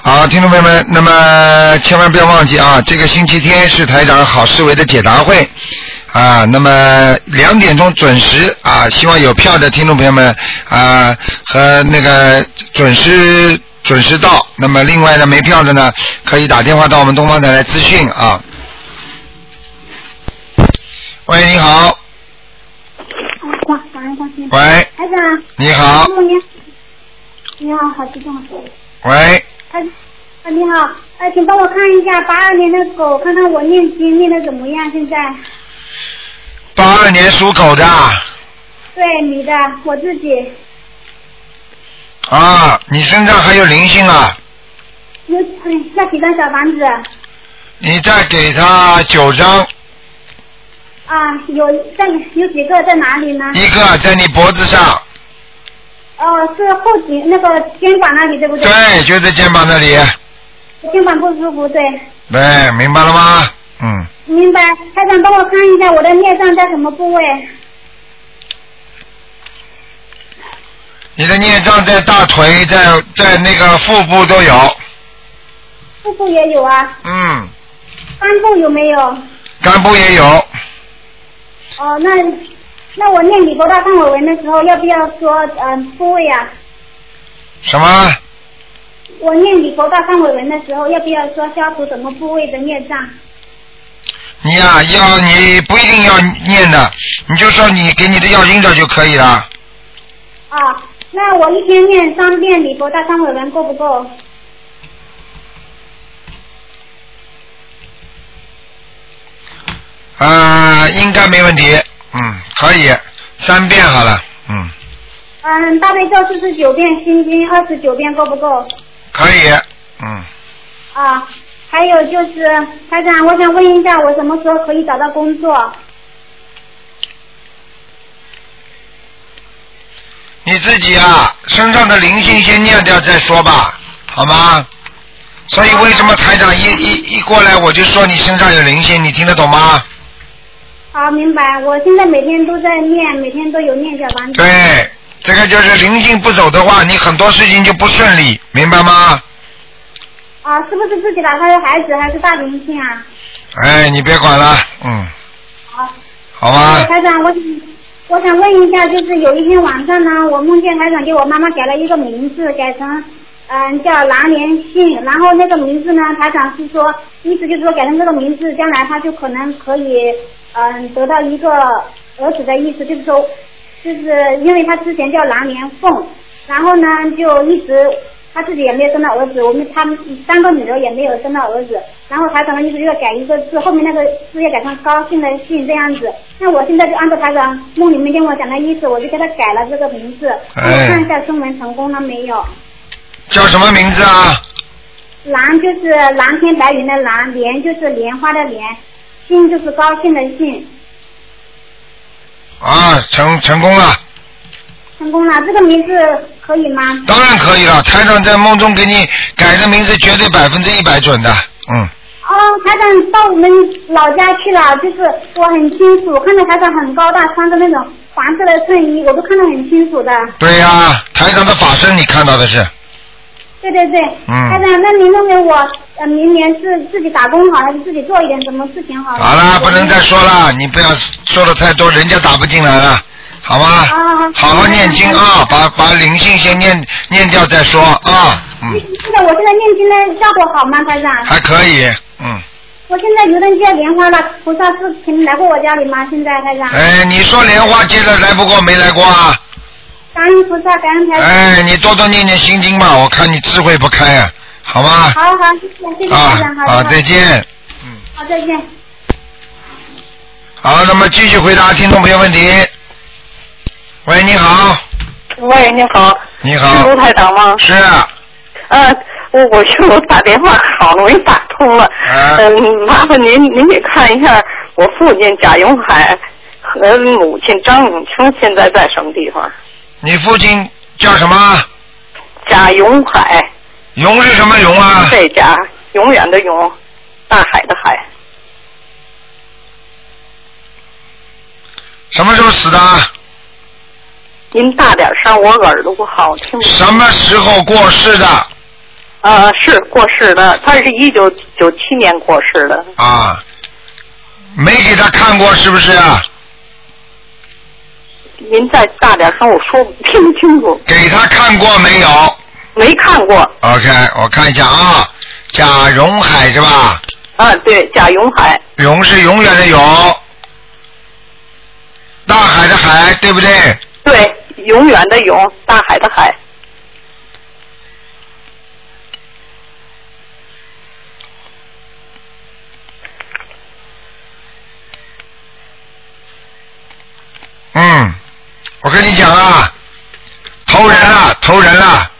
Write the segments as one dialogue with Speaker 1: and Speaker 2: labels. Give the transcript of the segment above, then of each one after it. Speaker 1: 好，听众朋友们，那么千万不要忘记啊，这个星期天是台长好思维的解答会啊，那么两点钟准时啊，希望有票的听众朋友们啊和那个准时准时到。那么另外呢，没票的呢，可以打电话到我们东方台来咨询啊。喂，你好，
Speaker 2: 嗯挂打上挂线。
Speaker 1: 喂，
Speaker 2: 台长，
Speaker 1: 你好，
Speaker 2: 你好，你好，好激动。
Speaker 1: 喂，
Speaker 2: 啊啊，你好，呃，请帮我看一下八二年的狗，看看我念经念的怎么样？现在
Speaker 1: 八二年属狗的
Speaker 2: 对女的，我自己
Speaker 1: 啊，你身上还有灵性啊，
Speaker 2: 有哎要几张小房子
Speaker 1: 你再给他九张，
Speaker 2: 啊？有在有几个在哪里呢？
Speaker 1: 一个在你脖子上，
Speaker 2: 哦，是后颈那个肩膀那里对不对？
Speaker 1: 对，就在肩膀那里，
Speaker 2: 肩膀不舒服，对。
Speaker 1: 对，明白了吗？嗯，
Speaker 2: 明白，台长帮我看一下我的孽障在什么部位？
Speaker 1: 你的孽障在大腿，在在那个腹部都有，
Speaker 2: 腹部也有啊，
Speaker 1: 嗯，
Speaker 2: 肝部有没有？
Speaker 1: 肝部也有，
Speaker 2: 哦，那那我念李国大忏悔文的时候，要不要说嗯部位啊？
Speaker 1: 什么？
Speaker 2: 我念李国大忏悔文的时候，要不要说消除什么部位的孽障？
Speaker 1: 你呀、要你不一定要念的，你就说你给你的要经者就可以了。
Speaker 2: 啊，那我一天念三遍李国大忏悔文够不够？
Speaker 1: 呃，应该没问题，嗯，可以，三遍好了，嗯，
Speaker 2: 嗯，大悲咒四十九遍，心经二十九遍够不够？
Speaker 1: 可以，嗯，
Speaker 2: 啊，还有就是，台长，我想问一下，我什么时候可以找到工作？
Speaker 1: 你自己啊，身上的灵性先念掉再说吧，好吗？所以为什么台长一一一过来我就说你身上有灵性，你听得懂吗？
Speaker 2: 好，哦明白。我现在每天都在念，每天都有念小房子。
Speaker 1: 对，这个就是灵性不走的话，你很多事情就不顺利，明白吗？
Speaker 2: 啊，是不是自己打开的孩子还是大灵性啊？
Speaker 1: 哎，你别管了，嗯，
Speaker 2: 好。
Speaker 1: 好吗？
Speaker 2: 哎台长，我想我想问一下，就是有一天晚上呢，我梦见台长给我妈妈改了一个名字，改成嗯叫蓝莲信，然后那个名字呢，台长是说意思就是说改成这个名字，将来他就可能可以嗯得到一个儿子的意思，就是说就是因为他之前叫蓝莲凤，然后呢就一直。他自己也没有生到儿子，我们他们三个女儿也没有生到儿子，然后台长的意思就是改一个字，后面那个字要改成高兴的兴这样子。那我现在就按照台长梦里面跟我讲的意思，我就给他改了这个名字。
Speaker 1: 哎
Speaker 2: 我看一下中文成功了没有？
Speaker 1: 叫什么名字啊？
Speaker 2: 蓝就是蓝天白云的蓝，莲就是莲花的莲，兴就是高兴的兴。
Speaker 1: 啊，成成功了，
Speaker 2: 成功了，这个名字可以吗？
Speaker 1: 当然可以了。台长在梦中给你改的名字，绝对百分之一百准的。嗯，
Speaker 2: 哦，台长到我们老家去了，就是我很清楚，看到台长很高大，穿着那种黄色的衬衣，我都看得很清楚的。
Speaker 1: 对呀、台长的法身你看到的是，
Speaker 2: 对对对，
Speaker 1: 嗯
Speaker 2: 台长，那您认为我呃明年是自己打工好，还是自己做一点什么事情好？
Speaker 1: 好了，不能再说了，你不要说的太多，人家打不进来了，好吗？
Speaker 2: 啊
Speaker 1: 好好念经啊，把把灵性先念念掉再说啊，嗯，
Speaker 2: 是的，我现在念经的效果好吗，台长？
Speaker 1: 还可以，嗯，
Speaker 2: 我现在油灯接莲花了，菩萨是请你来过我家里吗？现在台长，
Speaker 1: 哎，你说莲花接着来不过没来过啊？
Speaker 2: 感恩菩萨，感恩台长。
Speaker 1: 哎，你多多念念心经吧，我看你智慧不开啊，好吗？
Speaker 2: 好好，谢谢谢谢台
Speaker 1: 啊
Speaker 2: 长，好
Speaker 1: 好，
Speaker 2: 的
Speaker 1: 再，见。
Speaker 2: 好再见。
Speaker 1: 好，那么继续回答听众朋友问题。喂，你好，
Speaker 3: 喂，你好，
Speaker 1: 你
Speaker 3: 是
Speaker 1: 好
Speaker 3: 卢，台长吗？
Speaker 1: 是啊，
Speaker 3: 呃，我我是我打电话好容易打通了，
Speaker 1: 啊
Speaker 3: 嗯，麻烦您您给看一下我父亲贾永海和母亲张永清现在在什么地方？
Speaker 1: 你父亲叫什么？
Speaker 3: 贾永海，
Speaker 1: 荣是什么荣啊？
Speaker 3: 这家永远的永，大海的海，
Speaker 1: 什么时候死的？
Speaker 3: 您大点声，我耳朵不好，我听不清。
Speaker 1: 什么时候过世的？
Speaker 4: 呃，是过世的，他是一九九七年过世的。
Speaker 1: 啊，没给他看过是不是啊？
Speaker 4: 您再大点声，我说不听不清楚。
Speaker 1: 给他看过没有
Speaker 4: 没看过。
Speaker 1: ？OK，我看一下啊，贾荣海是吧？
Speaker 4: 啊，对，贾永海，
Speaker 1: 荣是永远的永，大海的海，对不对？
Speaker 4: 对，永远的永，大海的海。
Speaker 1: 嗯，我跟你讲啊，投人了，投人了，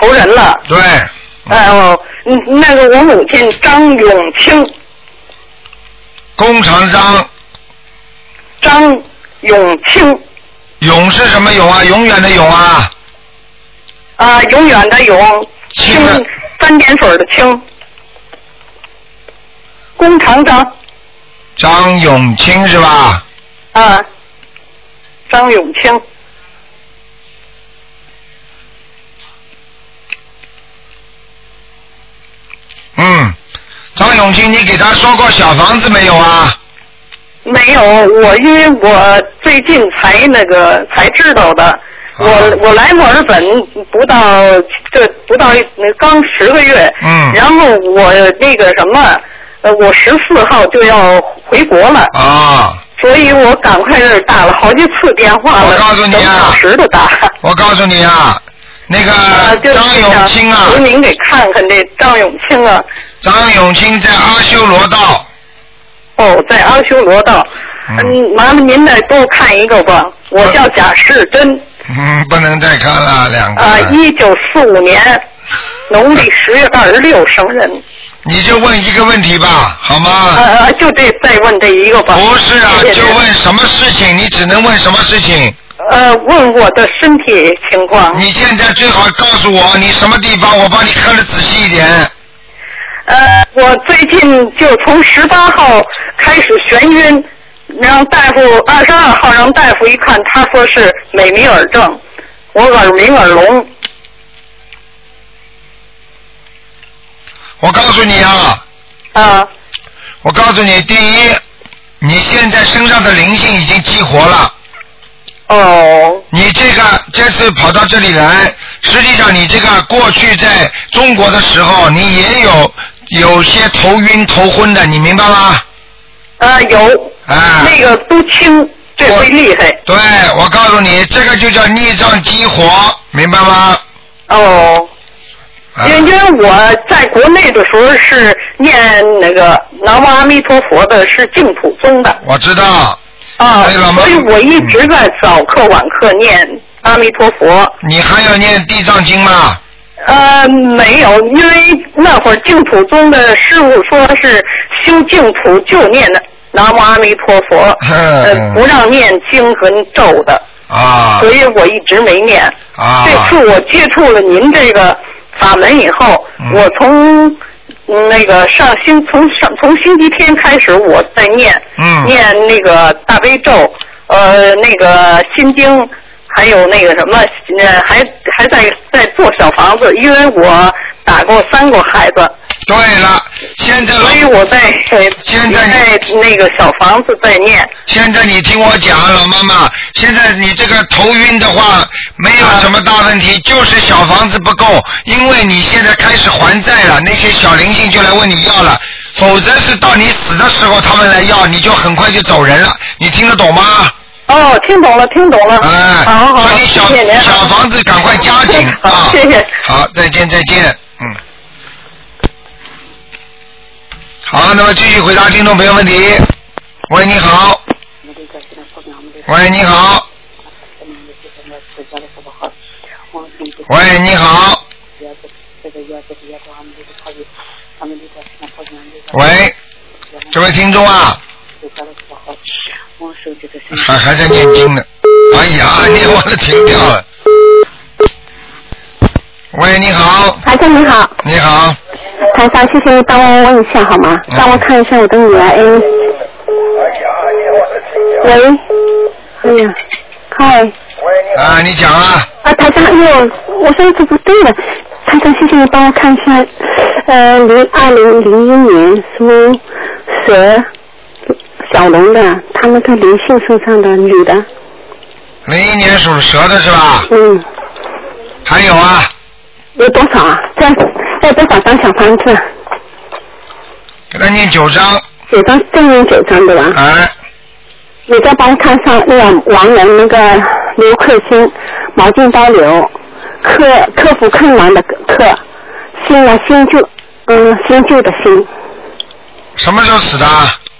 Speaker 4: 投人了。
Speaker 1: 对，
Speaker 4: 哎、哦，嗯那个我母亲张永清，
Speaker 1: 弓长张，
Speaker 4: 张永清
Speaker 1: 永是什么永啊？永远的永啊，
Speaker 4: 啊、永远的永，清
Speaker 1: 清了
Speaker 4: 三点水的清，弓长张
Speaker 1: 张永清是吧？
Speaker 4: 啊、张永清，
Speaker 1: 嗯，张永清，你给他说过小房子没有啊？
Speaker 4: 没有，我因为我最近才那个才知道
Speaker 1: 啊
Speaker 4: 的。我我来墨尔本不到这不到刚十个月，
Speaker 1: 嗯
Speaker 4: 然后我那个什么，呃，我十四号就要回国了，
Speaker 1: 啊，
Speaker 4: 所以我赶快是打了好几次电话了，
Speaker 1: 我告诉你啊
Speaker 4: 整小时的打。
Speaker 1: 我告诉你啊，那
Speaker 4: 啊，就
Speaker 1: 个
Speaker 4: 是
Speaker 1: 张永清啊，
Speaker 4: 求您给看看这张永清啊，
Speaker 1: 张永清在阿修罗道，
Speaker 4: 哦，在阿修罗道，
Speaker 1: 嗯
Speaker 4: 嗯，麻烦您再多看一个吧，我叫贾世珍，
Speaker 1: 嗯，不能再看了，两个。
Speaker 4: 啊，一九四五年农历十月二十六生人，
Speaker 1: 你就问一个问题吧，好吗？
Speaker 4: 啊啊，就这再问这一个吧。
Speaker 1: 不是啊，
Speaker 4: 谢谢
Speaker 1: 就问什么事情，你只能问什么事情。
Speaker 4: 呃，问我的身体情况，
Speaker 1: 你现在最好告诉我你什么地方，我帮你看的仔细一点。
Speaker 4: 呃，我最近就从十八号开始眩晕，让大夫二十二号让大夫一看，他说是美尼尔症，我耳鸣耳聋。
Speaker 1: 我告诉你啊，
Speaker 4: 啊
Speaker 1: 我告诉你，第一，你现在身上的灵性已经激活了。
Speaker 4: 哦
Speaker 1: 你这个这次跑到这里来，实际上你这个过去在中国的时候，你也有有些头晕头昏的，你明白吗？
Speaker 4: 啊有，
Speaker 1: 啊，
Speaker 4: 那个都轻，这回厉害。
Speaker 1: 对，我告诉你，这个就叫逆障激活，明白吗？
Speaker 4: 哦，
Speaker 1: 啊
Speaker 4: 因为因为我在国内的时候是念那个南无阿弥陀佛的，是净土宗的
Speaker 1: 我知道，
Speaker 4: 啊，
Speaker 1: 哎老妈
Speaker 4: 所以我一直在早课晚课念阿弥陀佛。
Speaker 1: 你还要念地藏经吗？
Speaker 4: 呃，没有，因为那会儿净土宗的师傅说是修净土就念的南无阿弥陀佛，
Speaker 1: 嗯
Speaker 4: 呃，不让念经和咒的，
Speaker 1: 啊
Speaker 4: 所以我一直没念。
Speaker 1: 啊
Speaker 4: 这！次我接触了您这个法门以后，
Speaker 1: 嗯
Speaker 4: 我从嗯那个上星从上从星期天开始我在念，
Speaker 1: 嗯
Speaker 4: 念那个大悲咒，呃，那个心经，还有那个什么，呃，还还在在做小房子，因为我打过三个孩子，
Speaker 1: 对了，现在
Speaker 4: 所以
Speaker 1: 老
Speaker 4: 我在呃
Speaker 1: 现在
Speaker 4: 在那个小房子在念，
Speaker 1: 现在你听我讲，老妈妈，现在你这个头晕的话，没有什么大问题，就是小房子不够，因为你现在开始还债了，那些小灵性就来问你要了，否则是到你死的时候他们来要，你就很快就走人了，你听得懂吗？
Speaker 4: 哦，听懂了，听懂了，
Speaker 1: 哎，
Speaker 4: 好好好，
Speaker 1: 所以
Speaker 4: 谢
Speaker 1: 小
Speaker 4: 谢您啊，
Speaker 1: 小房子赶快加紧啊！
Speaker 4: 好，谢谢。
Speaker 1: 好，再见再见，嗯。好，那么继续回答听众朋友问题。喂，你好。喂，你好。喂，你好。喂，这位听众啊，还还在念经呢。哎呀，念完了停掉了。喂，你好，
Speaker 4: 啊
Speaker 5: 台长你好，
Speaker 1: 你好，
Speaker 5: 台长，谢谢你帮我问一下好吗？
Speaker 1: 嗯
Speaker 5: 帮我看一下我的女儿 A。喂，哎呀，嗨，
Speaker 1: 啊，你讲啊，
Speaker 5: 啊，台长，哎呦，我说这不对了，
Speaker 4: 台长，谢谢你帮我看一下，呃，零二零零一年属蛇小龙的，他那个灵性身上的女的，
Speaker 1: 零一年属蛇的是吧？
Speaker 4: 嗯，
Speaker 1: 还有啊，
Speaker 4: 有多少啊？在在多少张小房子啊？
Speaker 1: 给他念九张，
Speaker 4: 九张正面九张对吧？
Speaker 1: 哎，
Speaker 4: 你再帮我看上那个王人那个刘克星，毛巾包刘，克克服困难的克，新啊新旧，嗯新旧的新，
Speaker 1: 什么时候死的？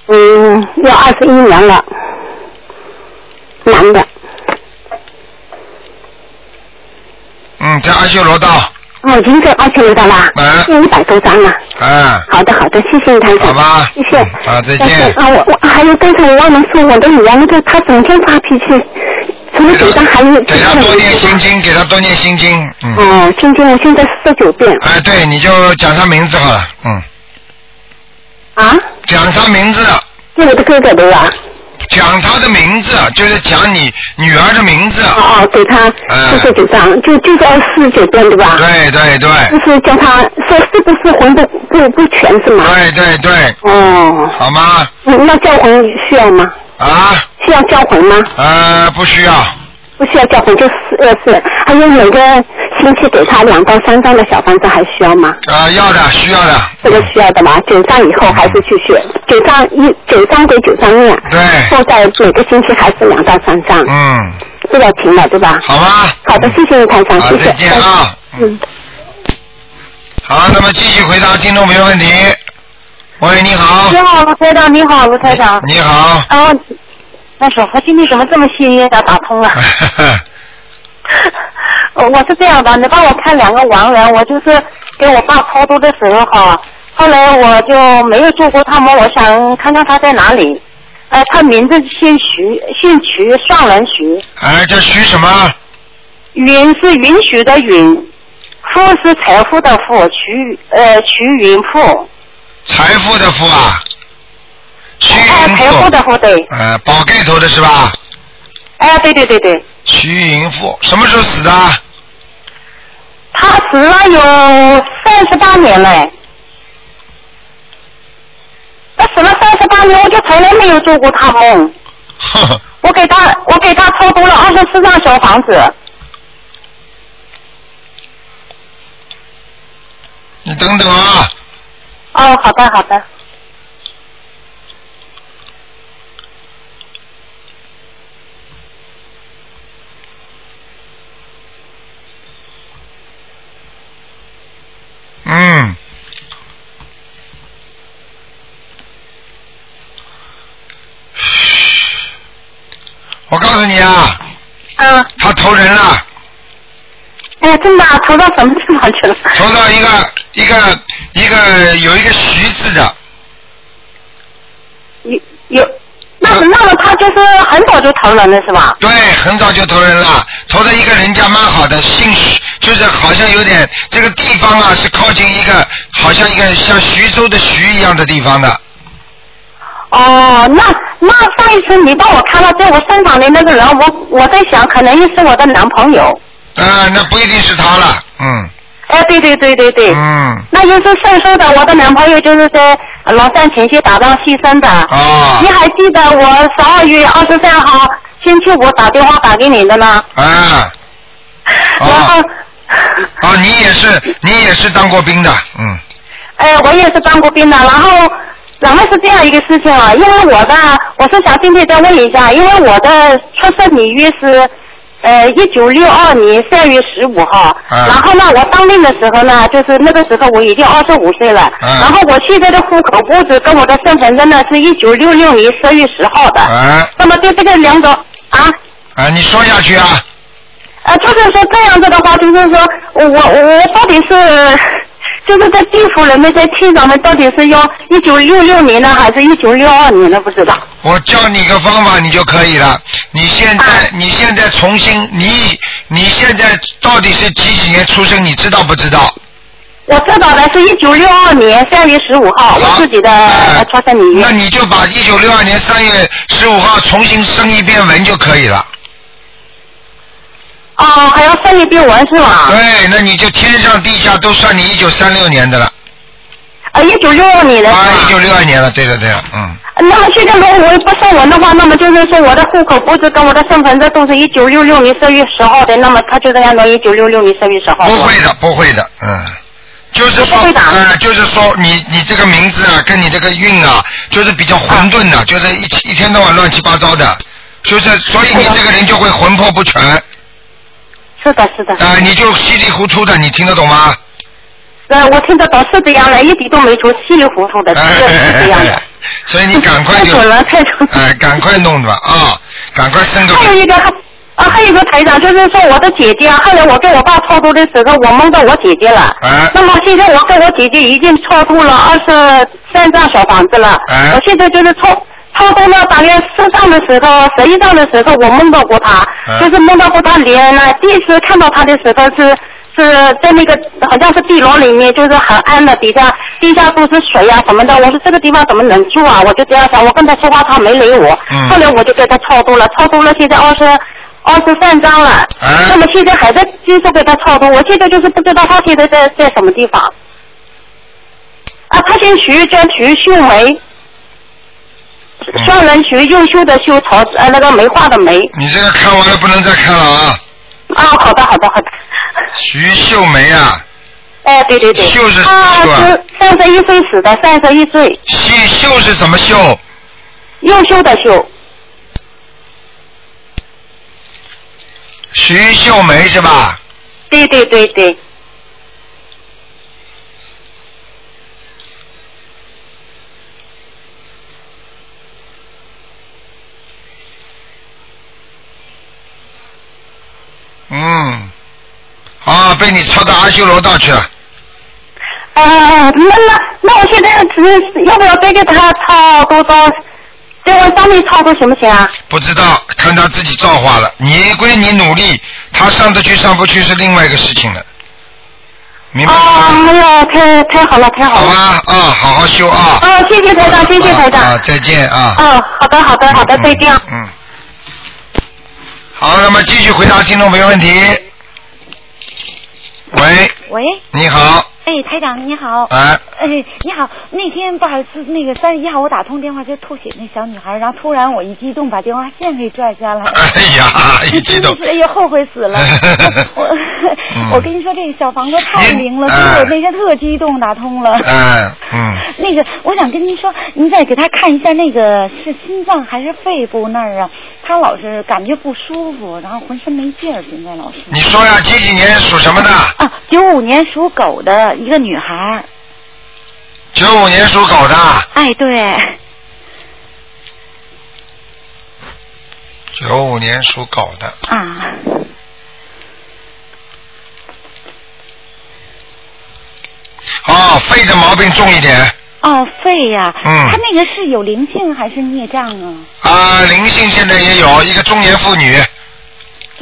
Speaker 4: 嗯要二十一年了，男的，
Speaker 1: 嗯，在阿修罗道，
Speaker 4: 哦已经在二千多张了，
Speaker 1: 嗯
Speaker 4: 有一百多张了。
Speaker 1: 哎，
Speaker 4: 好的好的，谢谢你台长，
Speaker 1: 好吧
Speaker 4: 谢谢，
Speaker 1: 嗯好再见
Speaker 4: 啊我我还有刚才我忘了说我的女儿那个她整天发脾气，除了紧张还有
Speaker 1: 给他多念心经，给他多念心经，嗯，
Speaker 4: 哦，今天我现在四十九遍
Speaker 1: 哎，对，你就讲他名字好了，嗯，
Speaker 4: 啊，
Speaker 1: 讲他名字，
Speaker 4: 是我的哥哥对吧？
Speaker 1: 讲他的名字，就是讲你女儿的名字，
Speaker 4: 哦哦，给他
Speaker 1: 嗯
Speaker 4: 四十九张，就就是二四十九遍对吧？
Speaker 1: 对对对，
Speaker 4: 就是叫他说是不是魂不不不全是吗？
Speaker 1: 对对对，
Speaker 4: 哦，
Speaker 1: 好吗？
Speaker 4: 嗯那叫魂需要吗？
Speaker 1: 啊，
Speaker 4: 需要叫魂吗？
Speaker 1: 呃，不需要，
Speaker 4: 不需要叫魂，就是呃是，还有每个星期给他两到三张的小房子还需要吗？
Speaker 1: 呃，要的，需要的，
Speaker 4: 这个需要的吗？九张以后还是继续，九张一九张给九张念，
Speaker 1: 对，
Speaker 4: 后在每个星期还是两到三张，
Speaker 1: 嗯，
Speaker 4: 不要停了对吧？
Speaker 1: 好吧，
Speaker 4: 好的，谢谢你台长，
Speaker 1: 好，
Speaker 4: 谢谢。
Speaker 1: 再见啊。
Speaker 4: 嗯，
Speaker 1: 好，那么继续回答听众朋友问题。喂，你好
Speaker 6: 你，好，卢台长，你好，卢台长。
Speaker 1: 啊你好，
Speaker 6: 啊，那时候今天怎么这么幸运的打 通了？呃我是这样的，你帮我看两个亡人，我就是给我爸超度的时候哈，后来我就没有做过他们，我想看看他在哪里。呃，他名字姓徐，姓徐，上人徐，
Speaker 1: 哎，这徐什么？
Speaker 6: 允是允许的允，富是财富的富，徐呃徐云富，
Speaker 1: 财富的富啊，徐
Speaker 6: 哎，
Speaker 1: 银
Speaker 6: 财富的
Speaker 1: 富，
Speaker 6: 富对，
Speaker 1: 呃，宝盖头的是吧？
Speaker 6: 哎，对对对对。
Speaker 1: 徐银富什么时候死的？
Speaker 6: 他死了有三十八年嘞，他死了三十八年，我就从来没有做过他梦。
Speaker 1: 呵 呵
Speaker 6: 我给他，我给他抽多了二十四张小房子，
Speaker 1: 你等等啊，
Speaker 6: 哦，好的好的，
Speaker 1: 嗯。我告诉你啊，
Speaker 6: 嗯，
Speaker 1: 他投人了。
Speaker 6: 哎，真的啊投到什么地方去了？
Speaker 1: 投到一个一个一个有一个徐字的，
Speaker 6: 有有，那是那么他就是很早就投人了是吧？
Speaker 1: 对，很早就投人了，投到一个人家蛮好的，姓徐，就是好像有点这个地方啊是靠近一个好像一个像徐州的徐一样的地方的，
Speaker 6: 哦，那那上一次你帮我看到在我身上的那个人，我我在想，可能是我的男朋友。
Speaker 1: 呃，那不一定是他了，嗯
Speaker 6: 哎，对对对对对。
Speaker 1: 嗯，
Speaker 6: 那就是上说的，我的男朋友就是在呃崂山前线打仗牺牲的。
Speaker 1: 哦
Speaker 6: 你，还记得我十二月二十三号星期五打电话打给你的呢？
Speaker 1: 啊哦
Speaker 6: 然后，
Speaker 1: 啊，你也是你也是当过兵的，嗯
Speaker 6: 哎，我也是当过兵的。然后，然后是这样一个事情啊，因为我的，我是想今天再问一下，因为我的出生年月是。呃，一九六二年三月十五号，
Speaker 1: 嗯
Speaker 3: 啊
Speaker 6: 然后呢，我当兵的时候呢，就是那个时候我已经二十五岁了，
Speaker 1: 嗯
Speaker 6: 然后我现在的户口簿子跟我的身份证呢是一九六六年十月十号的，
Speaker 1: 啊
Speaker 6: 那么对这个两种啊，
Speaker 1: 啊，你说下去啊，
Speaker 6: 呃，就是说这样子的话，就是说我我我到底是，就是在地府人们在天上们到底是要一九六六年呢，还是一九六二年呢？不知道。
Speaker 1: 我教你个方法，你就可以了。你现在，
Speaker 6: 啊
Speaker 1: 你现在重新，你你现在到底是几几年出生？你知道不知道？
Speaker 6: 我知道的是一九六二年三月十五号，我自己的
Speaker 1: 啊
Speaker 6: 呃出生年
Speaker 1: 那
Speaker 6: 月。
Speaker 1: 你就把一九六二年三月十五号重新生一遍文就可以了。
Speaker 6: 哦，还要算一遍文是吧？
Speaker 1: 对，那你就天上地下都算你一九三六年的了，
Speaker 6: 啊，一九六二年的是吧
Speaker 1: 啊，一九六二年了，对了对了，嗯，
Speaker 6: 那么现在如果我不送文的话，那么就是说我的户口簿子跟我的身份证都是一九六六年十月十号的，那么他就这样到一九六六年十月十号。
Speaker 1: 不会的，不会的，嗯。就是说，
Speaker 6: 我不会打
Speaker 1: 呃，就是说，你你这个名字啊，跟你这个运啊，就是比较
Speaker 6: 啊
Speaker 1: 混沌的，就是一一天到晚乱七八糟的，就是所以你这个人就会魂魄不全，啊、
Speaker 6: 是的，是的。
Speaker 1: 你就稀里糊涂的，你听得懂吗？
Speaker 6: 呃，我听得懂是这样的，一点都没错，稀里糊涂的，
Speaker 1: 哎
Speaker 6: 是是这样的。
Speaker 1: 所以你赶快
Speaker 6: 太
Speaker 1: 就
Speaker 6: 准了太准了
Speaker 1: 哎，赶快弄吧啊，赶快生个
Speaker 6: 还有一个，啊，还有一个台长，就是说我的姐姐啊，后来我跟我爸超度的时候，我梦到我姐姐了。
Speaker 1: 哎
Speaker 6: 那么现在我跟我姐姐已经超度了二十三张小房子了。
Speaker 1: 哎
Speaker 6: 我现在就是超超度了大约十张的时候，十一张的时候，我梦到过她，
Speaker 1: 哎
Speaker 6: 就是梦到过她脸呢。啊第一次看到她的时候是。是在那个好像是地牢里面，就是很暗的，底下地下都是水啊什么的。我说这个地方怎么能住啊？我就这样想，我跟她说话，她没理我。
Speaker 1: 嗯
Speaker 6: 后来我就给她超度了，超度了，现在二十二十三张了。
Speaker 1: 哎
Speaker 6: 那么现在还在继续给他操作，我现在就是不知道他现在在在什么地方。啊，他姓徐，叫徐秀梅，
Speaker 1: 嗯
Speaker 6: 双人徐，优秀的秀，草呃那个梅花的梅。
Speaker 1: 你这个看完了不能再看了啊！
Speaker 6: 啊，好的，好的，好的。
Speaker 1: 徐秀梅啊，
Speaker 6: 哎，对对对，
Speaker 1: 秀是
Speaker 6: 他
Speaker 1: 是吧
Speaker 6: 是三十一岁死的，三十一岁，
Speaker 1: 秀秀是怎么秀？
Speaker 6: 优秀的秀，
Speaker 1: 徐秀梅是吧？
Speaker 6: 对对对对，
Speaker 1: 嗯，啊，被你抄到阿修罗道去了。
Speaker 6: 啊，那那那我现在只是要不要再给他操多多，再往上面操作行不行啊？
Speaker 1: 不知道，看他自己造化了。你归你努力，他上得去上不去是另外一个事情了，明白吗？
Speaker 6: 啊，哎呀，太太好了，太好
Speaker 1: 好
Speaker 6: 了。
Speaker 1: 吧，啊，好好修啊。
Speaker 6: 啊，谢谢台长，谢谢台长。
Speaker 1: 啊，啊再见啊。
Speaker 6: 嗯，好的，好的，好的，
Speaker 1: 嗯
Speaker 6: 再见。
Speaker 1: 嗯。嗯好，那么继续回答听众朋友问题。喂，
Speaker 7: 喂，
Speaker 1: 你好，
Speaker 7: 哎，台长你好。
Speaker 1: 哎，
Speaker 7: 哎，你好，那天不好意思，那个三十一号我打通电话就吐血那小女孩，然后突然我一激动把电话线给拽下来。
Speaker 1: 哎呀，一激
Speaker 7: 真的
Speaker 1: 动
Speaker 7: 是，，哎呀，后悔死 了！我
Speaker 1: 嗯
Speaker 7: 我跟你说，这个小房子太
Speaker 1: 您
Speaker 7: 灵了，所
Speaker 1: 哎
Speaker 7: 以我那天特激动，打通了。
Speaker 1: 哎，嗯，
Speaker 7: 那个，我想跟您说，您再给他看一下，那个是心脏还是肺部那儿啊？他老是感觉不舒服，然后浑身没劲儿，现在老是。
Speaker 1: 你说呀，几几年属什么的？
Speaker 7: 啊，九五年属狗的一个女孩儿，
Speaker 1: 九五年属狗 的，
Speaker 7: 哎，对。
Speaker 1: 九五年属狗的，
Speaker 7: 啊，
Speaker 1: 哦，肺的毛病重一点，
Speaker 7: 哦，肺呀、
Speaker 1: 嗯
Speaker 7: 他那个是有灵性还是孽障啊？
Speaker 1: 啊、灵性现在也有一个中年妇女，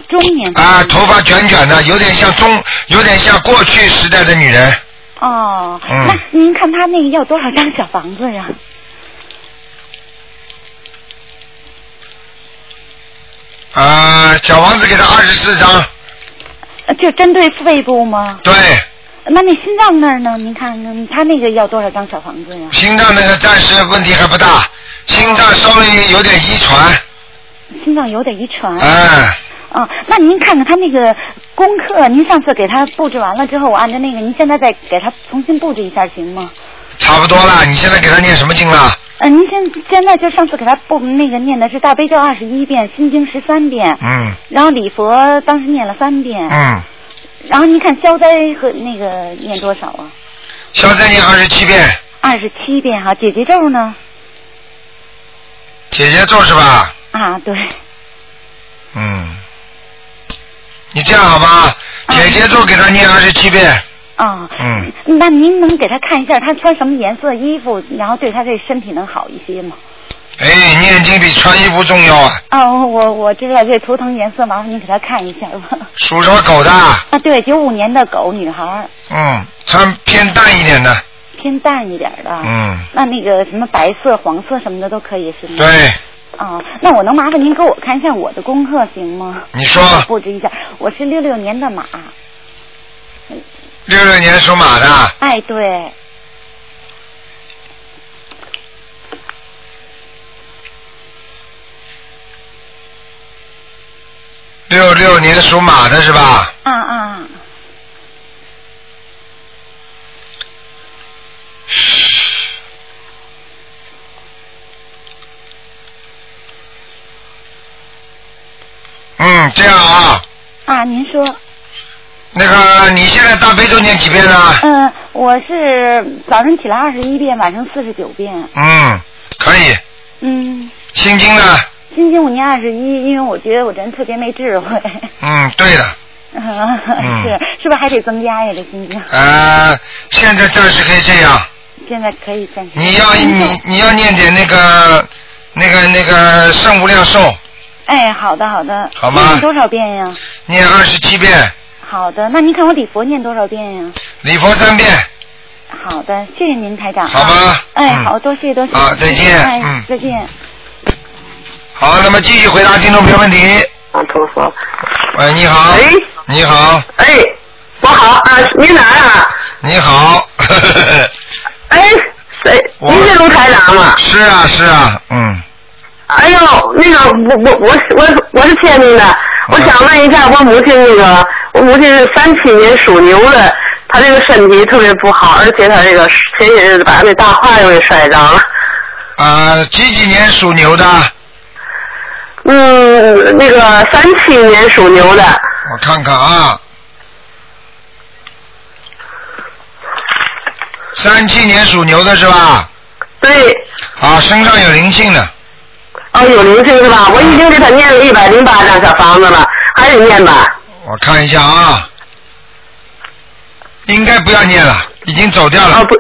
Speaker 7: 中年
Speaker 1: 啊、头发卷卷的，有点像中，有点像过去时代的女人，
Speaker 7: 哦，
Speaker 1: 嗯
Speaker 7: 那您看他那个要多少张小房子呀？
Speaker 1: 啊、小王子给她二十四张，
Speaker 7: 呃就针对肺部吗？
Speaker 1: 对，
Speaker 7: 那那心脏那儿呢？您看看他那个要多少张小房子呀？
Speaker 1: 心脏那个暂时问题还不大，心脏稍微有点遗传，
Speaker 7: 心脏有点遗传。
Speaker 1: 哎、
Speaker 7: 啊，那您看看他那个功课，您上次给他布置完了之后，我按照那个，您现在再给他重新布置一下行吗？
Speaker 1: 差不多了。你现在给她念什么经了？
Speaker 7: 呃，您现现在就上次给他布那个念的是大悲咒二十一遍，心经十三遍，
Speaker 1: 嗯
Speaker 7: 然后礼佛当时念了三遍，
Speaker 1: 嗯，
Speaker 7: 然后您看消灾和那个念多少啊？
Speaker 1: 消灾念二十七遍，
Speaker 7: 二十七遍哈、姐姐咒呢？
Speaker 1: 姐姐咒是吧？
Speaker 7: 啊，对，
Speaker 1: 嗯，你这样好吧？姐姐咒给她念二十七遍，
Speaker 7: 啊，
Speaker 1: 嗯，
Speaker 7: 那您能给他看一下他穿什么颜色衣服，然后对他这身体能好一些吗？
Speaker 1: 哎，念经比穿衣服重要啊。
Speaker 7: 啊，我我我知道这图腾颜色，麻烦您给他看一下吧。
Speaker 1: 属什么狗的？
Speaker 7: 啊，对，九五年的狗女孩儿，
Speaker 1: 嗯，穿偏淡一点的。
Speaker 7: 偏淡一点儿的。
Speaker 1: 嗯，
Speaker 7: 那那个什么白色、黄色什么的都可以是吗？
Speaker 1: 对，
Speaker 7: 啊、那我能麻烦您给我看一下我的功课行吗？
Speaker 1: 你说
Speaker 7: 帮我布置一下，我是六六年的马。
Speaker 1: 六六年属马的，
Speaker 7: 哎，对，
Speaker 1: 六六年属马的是吧？
Speaker 7: 啊啊，
Speaker 1: 嗯，这样啊，
Speaker 7: 啊，您说，
Speaker 1: 那个你现在大悲咒念几遍了？
Speaker 7: 嗯、我是早晨起来二十一遍，晚上四十九遍，
Speaker 1: 嗯，可以。
Speaker 7: 嗯，
Speaker 1: 心经呢？
Speaker 7: 星期五念二十一，因为我觉得我人特别没智慧，
Speaker 1: 嗯，对的，
Speaker 7: 啊
Speaker 1: 嗯
Speaker 7: 是是不是还得增加呀？这心经
Speaker 1: 呃，现在暂时可以这样，
Speaker 7: 现在可以暂时。
Speaker 1: 你要
Speaker 7: 嗯
Speaker 1: 你你要念点那个那个那个圣无量寿，
Speaker 7: 哎，好的好的，
Speaker 1: 好吗
Speaker 7: 念多少遍呀？
Speaker 1: 念二十七遍，
Speaker 7: 好的，那您看我礼佛念多少遍呀？
Speaker 1: 礼佛三遍，
Speaker 7: 好的，谢谢您台长。
Speaker 1: 好吧
Speaker 7: 哎，
Speaker 1: 嗯
Speaker 7: 好多谢多谢。
Speaker 1: 好再见
Speaker 7: 哎
Speaker 1: 嗯
Speaker 7: 再见。
Speaker 1: 好，那么继续回答听众朋友问题。
Speaker 3: 阿陀佛。
Speaker 1: 喂，你好。
Speaker 3: 喂，
Speaker 1: 你好，
Speaker 3: 哎，我好啊，您哪儿啊？
Speaker 1: 你好。
Speaker 3: 哎，谁？
Speaker 1: 我
Speaker 3: 您是卢台长吗？
Speaker 1: 是啊，是啊，嗯，
Speaker 3: 哎呦，那个我我我是我是我是欠您
Speaker 1: 嗯
Speaker 3: 的，我想问一下我母亲那个，我母亲是三七年属牛的，她这个身体特别不好，而且她这个前些日子把那大胯又给摔着了。
Speaker 1: 啊，几几年属牛的？
Speaker 3: 嗯，那个
Speaker 6: 呃
Speaker 3: 三七年属牛的，
Speaker 1: 我看看啊，三七年属牛的是吧？
Speaker 3: 对，
Speaker 1: 啊，身上有灵性的，
Speaker 3: 哦，有灵性是吧？我已经给她念了一百零八张小房子了，还得念吧？
Speaker 1: 我看一下啊，应该不要念了，已经走掉
Speaker 3: 哦
Speaker 1: 了。
Speaker 3: 不，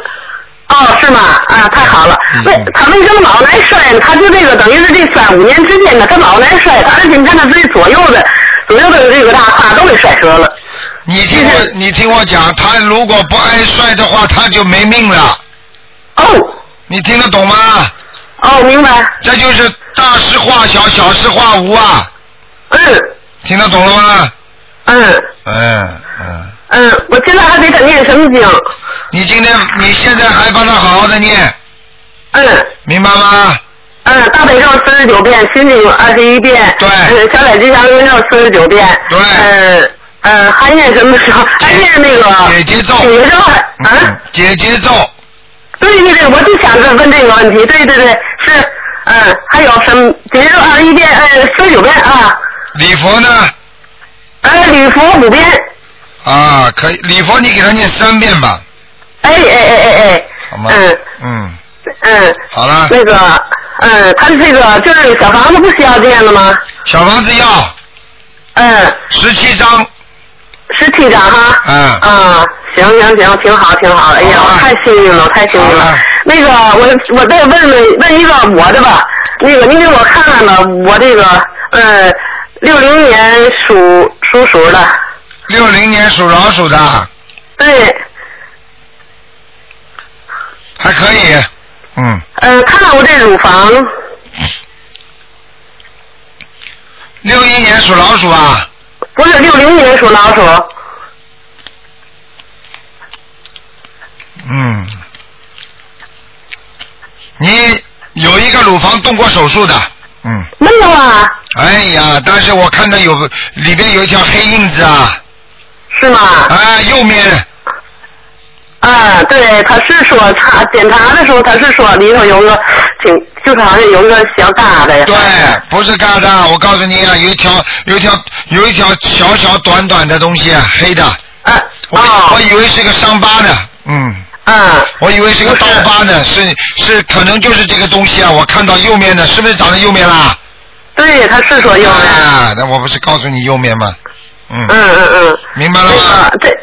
Speaker 3: 哦是吗？啊，太好了
Speaker 1: 嗯。
Speaker 3: 为
Speaker 1: 嗯
Speaker 3: 他为什么老来摔呢？他就这个等于是这三五年之间呢，他老来摔，而且你看他自己左右的左右的这个大胯都给摔折了。
Speaker 1: 你听我，你听我讲，他如果不挨摔的话，他就没命了。
Speaker 3: 哦
Speaker 1: 你听得懂吗？
Speaker 3: 哦，明白。
Speaker 1: 这就是大事化小，小事化无啊！
Speaker 3: 嗯
Speaker 1: 听得懂了吗？
Speaker 3: 嗯
Speaker 1: 嗯嗯，
Speaker 3: 嗯，我现在还得他念什么经？
Speaker 1: 你今天你现在还帮他好好的念，
Speaker 3: 嗯。
Speaker 1: 明白吗？
Speaker 3: 嗯，大悲咒四十九遍，心经二十一遍，
Speaker 1: 对
Speaker 3: 呃、小乃吉祥神咒四十九遍，
Speaker 1: 对
Speaker 3: 呃呃，还念什么时候？还念那个
Speaker 1: 姐姐咒
Speaker 3: 姐姐咒还啊，
Speaker 1: 嗯，姐姐咒，
Speaker 3: 对对对，我就想着问这个问题。对对对，是，嗯，还有什么？比如说二十一遍，呃，十九遍啊，
Speaker 1: 礼佛呢？
Speaker 3: 呃，礼佛五遍。
Speaker 1: 啊，可以，礼佛你给他念三遍吧，
Speaker 3: 哎哎哎哎
Speaker 1: 好吗？
Speaker 3: 哎，嗯
Speaker 1: 嗯，
Speaker 3: 嗯，
Speaker 1: 好了，
Speaker 3: 那个，嗯，他这个就是小房子不需要念了吗？
Speaker 1: 小房子要
Speaker 3: 嗯，
Speaker 1: 十七张，
Speaker 3: 十七张哈。
Speaker 1: 嗯
Speaker 3: 啊，行行行，挺好挺好。哎呀，
Speaker 1: 好啊
Speaker 3: 我太幸运了，我太幸运
Speaker 1: 好啊
Speaker 3: 了。那个，我我再问问问一个我的吧，那个您给我看看吧，我这个呃六零年属属鼠的，
Speaker 1: 六零年属老鼠的
Speaker 3: 对，
Speaker 1: 还可以，嗯，
Speaker 3: 呃，看看我这乳房，
Speaker 1: 六一年属老鼠啊，
Speaker 3: 不是六零年属老鼠，
Speaker 1: 嗯，你有一个乳房动过手术的，嗯，
Speaker 3: 没有啊，
Speaker 1: 哎呀，但是我看到有里边有一条黑印子啊，
Speaker 3: 是吗？
Speaker 1: 啊，右面，
Speaker 3: 啊，对，他是说他检查的时候，他是说里头有个挺，就是好像有一个小疙瘩呀。
Speaker 1: 对，不是疙瘩，我告诉你啊，有一条，有一条，有一条小小短短的东西啊，黑的，
Speaker 3: 啊，
Speaker 1: 我、我
Speaker 3: 哦，
Speaker 1: 以为是个伤疤呢，嗯，
Speaker 3: 嗯。
Speaker 1: 我以为是个刀疤呢，是是，可能就是这个东西啊，我看到右面的，是不是长在右面啦？
Speaker 3: 对，他是说右面。
Speaker 1: 啊，那我不是告诉你右面吗？嗯，
Speaker 3: 嗯嗯嗯。
Speaker 1: 明白
Speaker 3: 这
Speaker 1: 了吗？
Speaker 3: 个这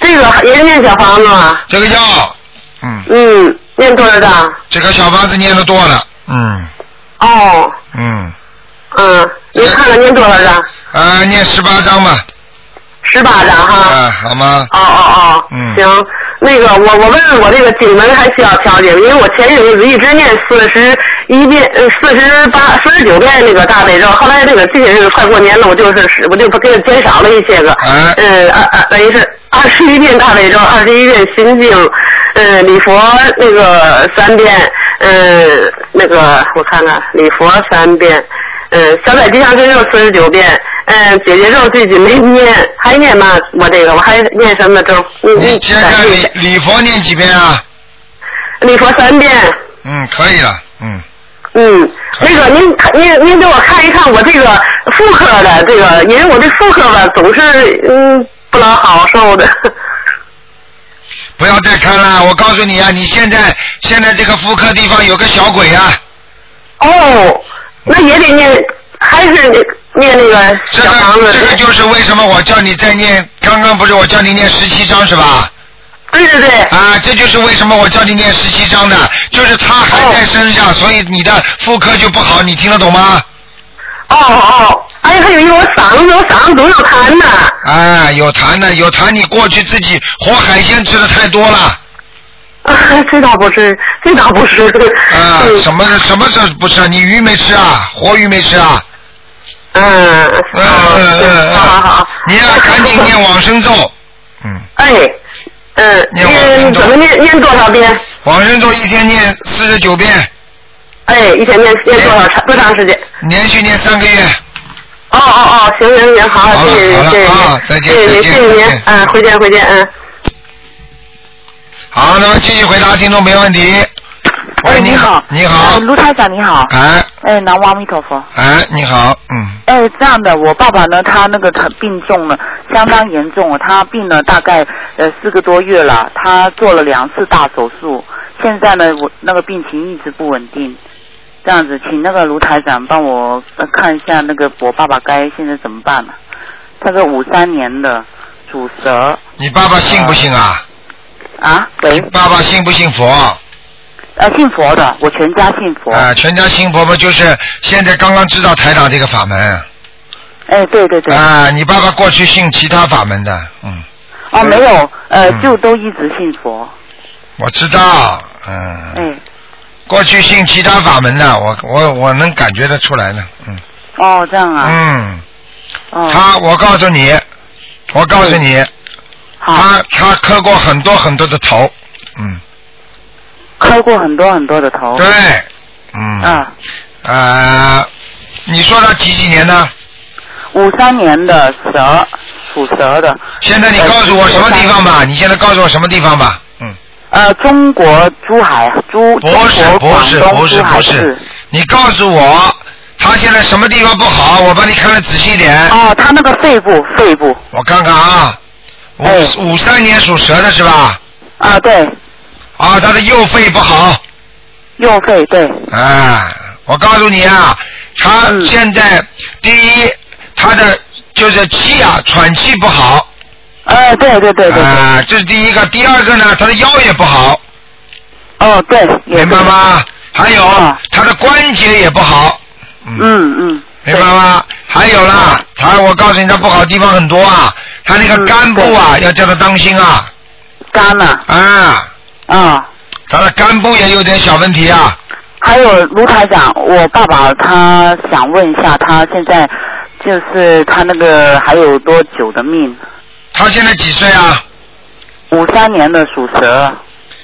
Speaker 3: 这个也念小房子吗？
Speaker 1: 这个药，嗯，
Speaker 3: 嗯，念多少张？
Speaker 1: 这个小房子念的多了，嗯
Speaker 3: 哦，
Speaker 1: 嗯，
Speaker 3: 嗯，您看看念多少张？
Speaker 1: 啊，念十八章吧，
Speaker 3: 十八张哈。
Speaker 1: 啊，好吗？
Speaker 3: 哦哦哦。
Speaker 1: 嗯
Speaker 3: 行，那个我我问问我这个颈门还需要调节吗，因为我前些日子一直念四十一遍呃四十八四十九遍那个大悲咒，后来这个这个是快过年了，我就是我就不给它减少了一些个，
Speaker 1: 哎
Speaker 3: 呃二二等于是二十一遍大悲咒，二十一遍心经，呃礼佛那个三遍，呃那个我看看礼佛三遍，呃小百吉祥神咒四十九遍，呃姐姐咒最近没念，还念吗？我这个我还念什么咒？嗯
Speaker 1: 你现在礼礼佛念几遍啊？
Speaker 3: 礼佛三遍。
Speaker 1: 嗯，可以了，嗯，
Speaker 3: 嗯，
Speaker 1: 哎
Speaker 3: 那个您看您您给我看一看我这个妇科的这个，因为我这妇科吧总是嗯不老好受的。
Speaker 1: 不要再看了。我告诉你啊，你现在现在这个妇科地方有个小鬼啊，
Speaker 3: 哦，那也得念，还是念那个
Speaker 1: 这
Speaker 3: 小房
Speaker 1: 个
Speaker 3: 子。
Speaker 1: 这个就是为什么我叫你再念，刚刚不是我叫你念十七章是吧？
Speaker 3: 对对对，
Speaker 1: 啊，这就是为什么我叫你念十七章的，就是他还在身上，所以你的妇科就不好，你听得懂吗？
Speaker 3: 哦哦，哎，还有一个我嗓子，我嗓子总有痰呢。
Speaker 1: 啊，有痰的，有痰，你过去自己活海鲜吃的太多了。
Speaker 3: 啊， 这倒不是，这倒不是。
Speaker 1: 啊，
Speaker 3: 嗯
Speaker 1: 什么什么事不吃啊？你鱼没吃啊？活鱼没吃啊？
Speaker 3: 嗯
Speaker 1: 嗯
Speaker 3: 嗯
Speaker 1: 嗯嗯
Speaker 3: 嗯，好好好
Speaker 1: 嗯。，你要赶紧念往生 咒。嗯，
Speaker 3: 哎，嗯，
Speaker 1: 念往生
Speaker 3: 念
Speaker 1: 咒
Speaker 3: 怎么念？念多少遍？
Speaker 1: 往生咒一天念四十九遍，
Speaker 3: 哎，一天念念多少长多长时间？
Speaker 1: 连续念三个月。
Speaker 3: 哦哦哦，行行行，好，
Speaker 1: 好了
Speaker 3: 谢谢
Speaker 1: 好
Speaker 3: 您，
Speaker 1: 了
Speaker 3: 谢谢
Speaker 1: 啊
Speaker 3: 您，
Speaker 1: 再见
Speaker 3: 谢谢
Speaker 1: 再
Speaker 3: 您，谢
Speaker 1: 见
Speaker 3: 谢
Speaker 1: 再
Speaker 3: 您
Speaker 1: 见，
Speaker 3: 嗯，回见回见，嗯。
Speaker 1: 好，那么继续回答听众没问题。喂，
Speaker 8: 你
Speaker 1: 好，你好
Speaker 8: 呃，卢台长你好。
Speaker 1: 哎
Speaker 8: 哎，南无阿弥陀佛。
Speaker 1: 哎，你好，嗯，
Speaker 8: 哎，这样的，我爸爸呢，他那个他病重了，相当严重了，他病了大概呃四个多月了，他做了两次大手术，现在呢，我那个病情一直不稳定。这样子，请那个卢台长帮我、呃看一下那个我爸爸该现在怎么办呢、他是五三年的，属蛇
Speaker 1: 你爸爸信不信啊？
Speaker 8: 啊，喂
Speaker 1: 你，爸爸信不信佛？
Speaker 8: 呃，信佛的，我全家信佛。
Speaker 1: 啊，全家信佛嘛，就是现在刚刚知道台长这个法门。
Speaker 8: 哎，对对对。
Speaker 1: 啊，你爸爸过去信其他法门的，嗯，
Speaker 8: 哦，没有，呃，
Speaker 1: 嗯
Speaker 8: 就都一直信佛。
Speaker 1: 我知道，嗯，
Speaker 8: 哎，
Speaker 1: 过去信其他法门的，我我我能感觉得出来呢，嗯
Speaker 8: 哦，这样啊，
Speaker 1: 嗯，
Speaker 8: 哦，嗯
Speaker 1: 他我告诉你，我告诉你，
Speaker 8: 好，
Speaker 1: 他他磕过很多很多的头，嗯，
Speaker 8: 磕过很多很多的头。
Speaker 1: 对，嗯，
Speaker 8: 啊，
Speaker 1: 啊，你说他几几年呢？
Speaker 8: 五三年的蛇，属蛇的。
Speaker 1: 现在你告诉我什么地方吧？你现在告诉我什么地方吧？嗯，
Speaker 8: 呃，中国珠海，珠
Speaker 1: 不
Speaker 8: 中国
Speaker 1: 是不是
Speaker 8: 广
Speaker 1: 不
Speaker 8: 东
Speaker 1: 是
Speaker 8: 珠
Speaker 1: 不
Speaker 8: 海
Speaker 1: 是
Speaker 8: 市。，
Speaker 1: 你告诉我他现在什么地方不好，我帮你看的仔细一点。
Speaker 8: 哦，他那个肺部，肺部
Speaker 1: 我看看啊，五
Speaker 8: 哎
Speaker 1: 五三年属蛇的是吧？
Speaker 8: 啊，对，
Speaker 1: 啊，他的右肺不好，
Speaker 8: 右肺对，
Speaker 1: 啊，我告诉你啊，他
Speaker 8: 嗯
Speaker 1: 现在第一，他的就是气啊，喘气不好，
Speaker 8: 呃，对对对对对，
Speaker 1: 啊，这是第一个，第二个呢，他的腰也不好，
Speaker 8: 哦，对，也
Speaker 1: 明白
Speaker 8: 对？
Speaker 1: 吗？还有、
Speaker 8: 啊
Speaker 1: 他的关节也不好，
Speaker 8: 嗯嗯，啊
Speaker 1: 明白吗？还有啦，他我告诉你，他不好的地方很多啊，他那个
Speaker 8: 嗯
Speaker 1: 肝部啊，要叫他当心啊，
Speaker 8: 肝呐，
Speaker 1: 啊，
Speaker 8: 啊。
Speaker 1: 他的肝部也有点小问题啊，
Speaker 8: 还有卢台长，我爸爸他想问一下，他现在就是他那个还有多久的命？
Speaker 1: 他现在几岁啊？
Speaker 8: 五三年的属蛇，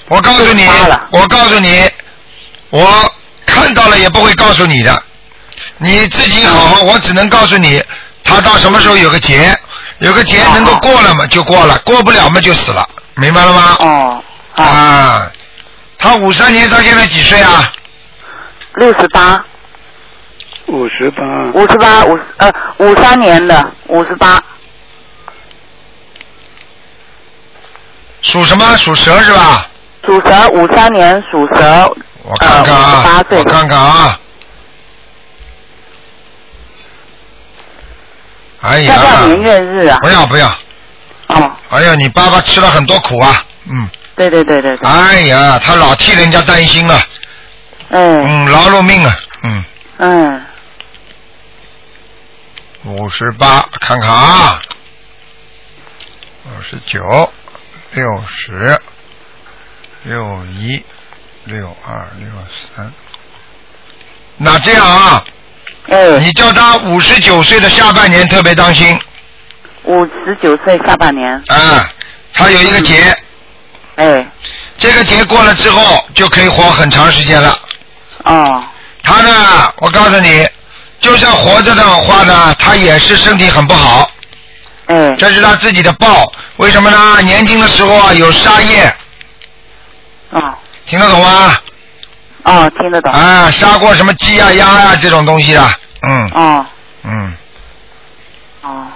Speaker 1: 我告诉你
Speaker 8: 发了，
Speaker 1: 我告诉你，我看到了也不会告诉你的，你自己好
Speaker 8: 嗯
Speaker 1: 好，我只能告诉你，他到什么时候有个劫，有个
Speaker 8: 啊
Speaker 1: 劫能够过了嘛就过了，过不了嘛就死了，明白了吗？
Speaker 8: 哦，啊，
Speaker 1: 啊，他五三年到现在几岁啊？
Speaker 8: 六十八，
Speaker 9: 五十八，
Speaker 8: 五十八，五呃五三年的五十八，
Speaker 1: 属什么？属蛇是吧？
Speaker 8: 属蛇，五三年属蛇，
Speaker 1: 我看看
Speaker 8: 呃
Speaker 1: 啊
Speaker 8: 58，岁
Speaker 1: 我看看啊。哎
Speaker 8: 要
Speaker 1: 呀
Speaker 8: 不，要年月日啊
Speaker 1: 不？要不要，
Speaker 8: 哦，
Speaker 1: 哎呀，你爸爸吃了很多苦啊，嗯。
Speaker 8: 对对对对对，
Speaker 1: 哎呀，他老替人家担心啊，
Speaker 8: 嗯
Speaker 1: 嗯，劳碌命啊，嗯，
Speaker 8: 嗯，
Speaker 1: 五十八，看看啊，五十九，六十，嗯六一，六二，六三，那这样啊，
Speaker 8: 哎，
Speaker 1: 你叫他五十九岁的下半年特别当心
Speaker 8: 五十九岁下半年，
Speaker 1: 啊，他有一个劫，
Speaker 8: 哎，
Speaker 1: 这个劫过了之后就可以活很长时间了。
Speaker 8: 哦，
Speaker 1: 他呢，我告诉你，就算活着的话呢，他也是身体很不好，
Speaker 8: 哎，
Speaker 1: 这是他自己的报。为什么呢？年轻的时候啊有杀业，
Speaker 8: 哦，
Speaker 1: 听得懂吗？
Speaker 8: 哦，听得懂，
Speaker 1: 啊，杀过什么鸡啊、鸭啊这种东西的，嗯
Speaker 8: 哦，
Speaker 1: 嗯，
Speaker 8: 哦。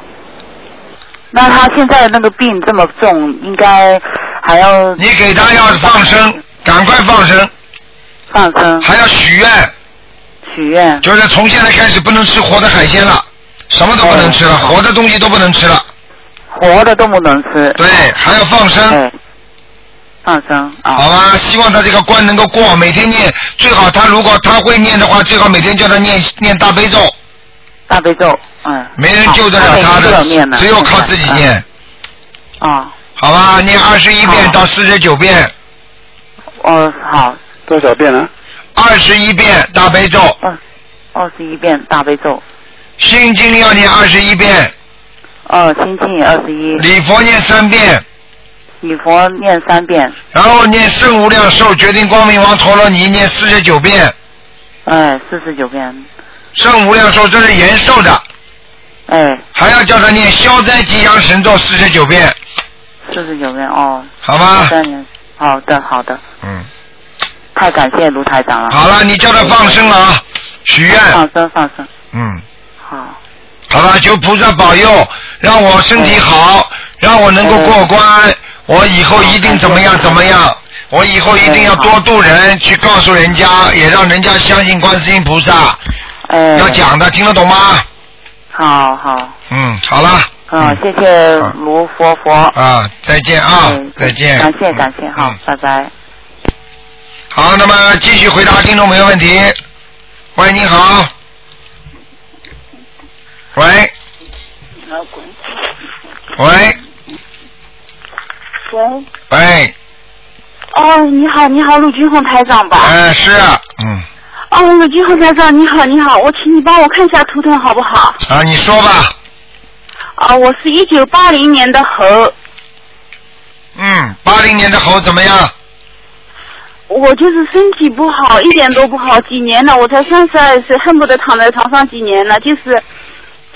Speaker 8: 那他现在那个病这么重，应该还要
Speaker 1: 你给他要放生，赶快放生，
Speaker 8: 放生
Speaker 1: 还要许愿，
Speaker 8: 嗯许愿。
Speaker 1: 就是从现在开始不能吃活的海鲜了，什么都不能吃了，活的东西都不能吃了。
Speaker 8: 哦活的都不能吃。
Speaker 1: 对，还要放生，
Speaker 8: 哎，放生啊
Speaker 1: 好，吧？希望他这个关能够过，每天念最好。他如果他会念的话，最好每天叫他念念大悲咒，
Speaker 8: 大悲咒，嗯，
Speaker 1: 没人救得了
Speaker 8: 好他每
Speaker 1: 他
Speaker 8: 天都有念
Speaker 1: 的，
Speaker 8: 呢嗯
Speaker 1: 只有靠自己念，
Speaker 8: 啊，
Speaker 1: 好吧？念二十一遍
Speaker 8: 好
Speaker 1: 到四十九遍，
Speaker 8: 哦，好，
Speaker 10: 多少遍啊呢？
Speaker 1: 二十一遍大悲咒，
Speaker 8: 嗯，二十一遍大悲咒，
Speaker 1: 心经要念二十一遍，
Speaker 8: 哦，心经也二十一，
Speaker 1: 礼佛念三遍，
Speaker 8: 礼佛念三遍，
Speaker 1: 然后念圣无量寿决定光明王陀罗尼念四十九遍，
Speaker 8: 哎，四十九遍，
Speaker 1: 圣无量寿这是延寿的，
Speaker 8: 哎，
Speaker 1: 还要叫他念消灾吉祥神咒四十九遍，
Speaker 8: 四十九遍，哦，
Speaker 1: 好吗？
Speaker 8: 三年，好的，好的，
Speaker 1: 嗯，
Speaker 8: 太感谢卢台长了，
Speaker 1: 好了，你叫他放生了啊，许愿，
Speaker 8: 放生放生，
Speaker 1: 嗯，
Speaker 8: 好，
Speaker 1: 好了，求菩萨保佑，让我身体好，让我能够过关，我以后一定怎么样怎么样，我以后一定要多度人，去告诉人家，也让人家相信观世音菩萨，
Speaker 8: 哎，
Speaker 1: 要，讲的，听得懂吗？
Speaker 8: 好好，
Speaker 1: 嗯，好了。
Speaker 8: 啊，
Speaker 1: 嗯
Speaker 8: 谢谢卢佛佛，
Speaker 1: 啊，再见啊
Speaker 8: 嗯，
Speaker 1: 再见。
Speaker 8: 感谢感谢，好
Speaker 1: 嗯，
Speaker 8: 拜拜。
Speaker 1: 好，那么继续回答听众朋友问题。喂，你好。喂。喂。
Speaker 11: 喂，
Speaker 1: 喂，
Speaker 11: 哦，你好，你好，陆军红台长吧？
Speaker 1: 哎、是啊，嗯，
Speaker 11: 哦，陆军红台长，你好，你好，我请你帮我看一下图腾好不好？
Speaker 1: 啊，你说吧，
Speaker 11: 啊，我是一九八零年的猴，
Speaker 1: 嗯，八零年的猴怎么样？
Speaker 11: 我就是身体不好，一点都不好，几年了，我才三十二岁，恨不得躺在床上几年了，就是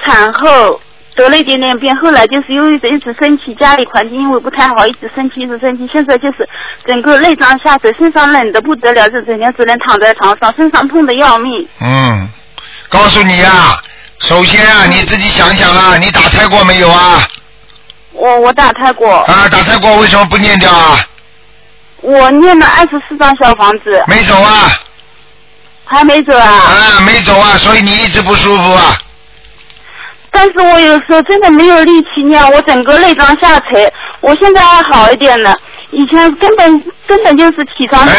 Speaker 11: 产后得了一点点病，后来就是忧郁症，一直身体，家里环境因为不太好，一直生气，一直生气，现在就是整个内脏下垂，身上冷的不得了，就整天只能躺在床上，身上痛的要命。
Speaker 1: 嗯，告诉你啊，首先啊，
Speaker 11: 嗯
Speaker 1: 你自己想想啊，你打胎过没有啊？
Speaker 11: 我我打胎过，
Speaker 1: 啊，打胎过为什么不念掉啊？
Speaker 11: 我念了二十四张小房子，
Speaker 1: 没走啊？
Speaker 11: 还没走啊。
Speaker 1: 啊，没走啊，所以你一直不舒服啊。
Speaker 11: 但是我有时候真的没有力气念，我整个内脏下垂。我现在还好一点了，以前根本根本就是体上。
Speaker 1: 哎，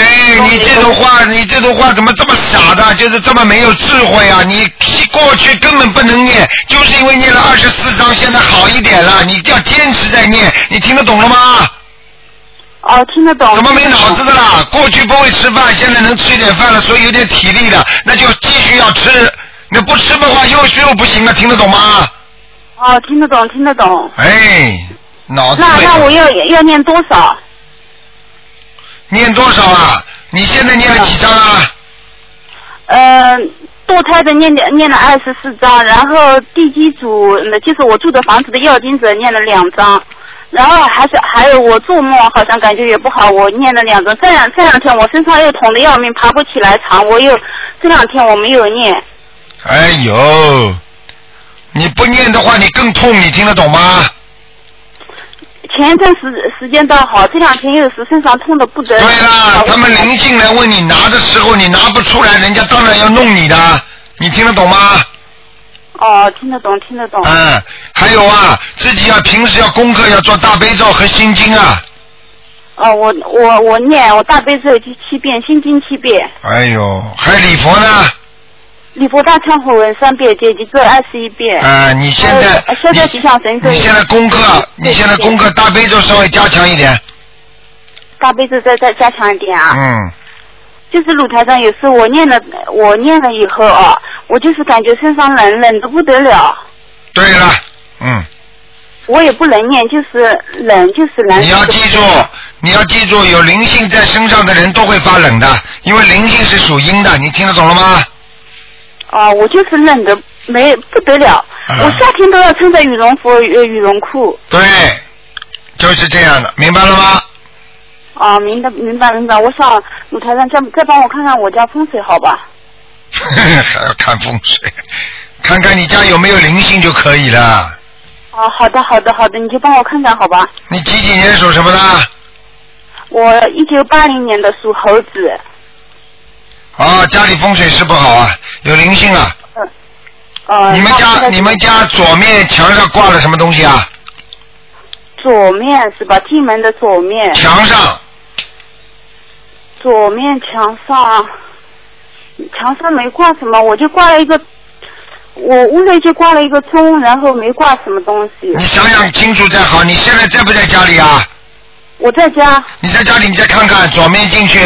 Speaker 1: 你这种话，你这种话怎么这么傻的？就是这么没有智慧啊！你过去根本不能念，就是因为念了二十四章，现在好一点了。你要坚持在念，你听得懂了吗？
Speaker 11: 哦，听得懂。
Speaker 1: 怎么没脑子的啦？过去不会吃饭，现在能吃一点饭了，所以有点体力了，那就继续要吃。那不吃的话，又又不行了，听得懂吗？
Speaker 11: 哦，听得懂，听得懂。
Speaker 1: 哎，脑子
Speaker 11: 那
Speaker 1: 没
Speaker 11: 那我
Speaker 1: 有。
Speaker 11: 要要念多少？
Speaker 1: 念多少啊？你现在念了几章啊？
Speaker 11: 呃，堕胎的念念了二十四章，然后地基组嗯就是我住的房子的要经者念了两章，然后还是还有我做梦好像感觉也不好，我念了两章。这两这两天我身上又痛的要命，爬不起来床，我又这两天我没有念。
Speaker 1: 哎呦，你不念的话，你更痛，你听得懂吗？
Speaker 11: 前一阵时时间倒好，这两天又是身上痛的不得了。
Speaker 1: 对啦，他们临近来问你拿的时候，你拿不出来，人家当然要弄你的，你听得懂吗？
Speaker 11: 哦，听得懂，听得懂。
Speaker 1: 嗯，还有啊，自己要平时要功课要做大悲咒和心经啊。
Speaker 11: 哦，我我我念，我大悲咒七七遍，心经七遍。
Speaker 1: 哎呦，还礼佛呢？
Speaker 11: 礼佛大忏悔文三遍，解结咒二十一遍。
Speaker 1: 啊，你现在
Speaker 11: 呃消灾吉祥神咒
Speaker 1: 你你现在功课，
Speaker 11: 对
Speaker 1: 你现在功课大悲咒稍微加强一点。
Speaker 11: 大悲咒再再加强一点啊。
Speaker 1: 嗯，
Speaker 11: 就是鲁台长，有时候我念了，我念了以后啊，我就是感觉身上冷冷的不得了，
Speaker 1: 对了，嗯，
Speaker 11: 我也不能念，就是冷，就是难受。
Speaker 1: 你要记住，你要记住，有灵性在身上的人都会发冷的，因为灵性是属阴的，你听得懂了吗？
Speaker 11: 啊，我就是冷的没不得了，
Speaker 1: 啊
Speaker 11: 我夏天都要穿着羽绒服、呃羽绒裤。
Speaker 1: 对，就是这样的，明白了吗？
Speaker 11: 啊，明白明白明白，我想鲁台长再再帮我看看我家风水好吧？
Speaker 1: 还要看风水，看看你家有没有灵性就可以了。
Speaker 11: 啊，好的好的好的，你就帮我看看好吧？
Speaker 1: 你几几年属什么的？
Speaker 11: 我一九八零年的属猴子，
Speaker 1: 啊，家里风水是不好啊，有灵性啊。
Speaker 11: 呃，
Speaker 1: 你
Speaker 11: 嗯
Speaker 1: 们
Speaker 11: 那现
Speaker 1: 家
Speaker 11: 在
Speaker 1: 你们家左面墙上挂了什么东西啊？
Speaker 11: 左面是吧？进门的左面，
Speaker 1: 墙上
Speaker 11: 左面墙上，啊墙上没挂什么，我就挂了一个，我屋内就挂了一个钟，然后没挂什么东西。
Speaker 1: 你想想清楚再好。你现在在不在家里啊？
Speaker 11: 我在家，
Speaker 1: 你在家里，你再看看左面进去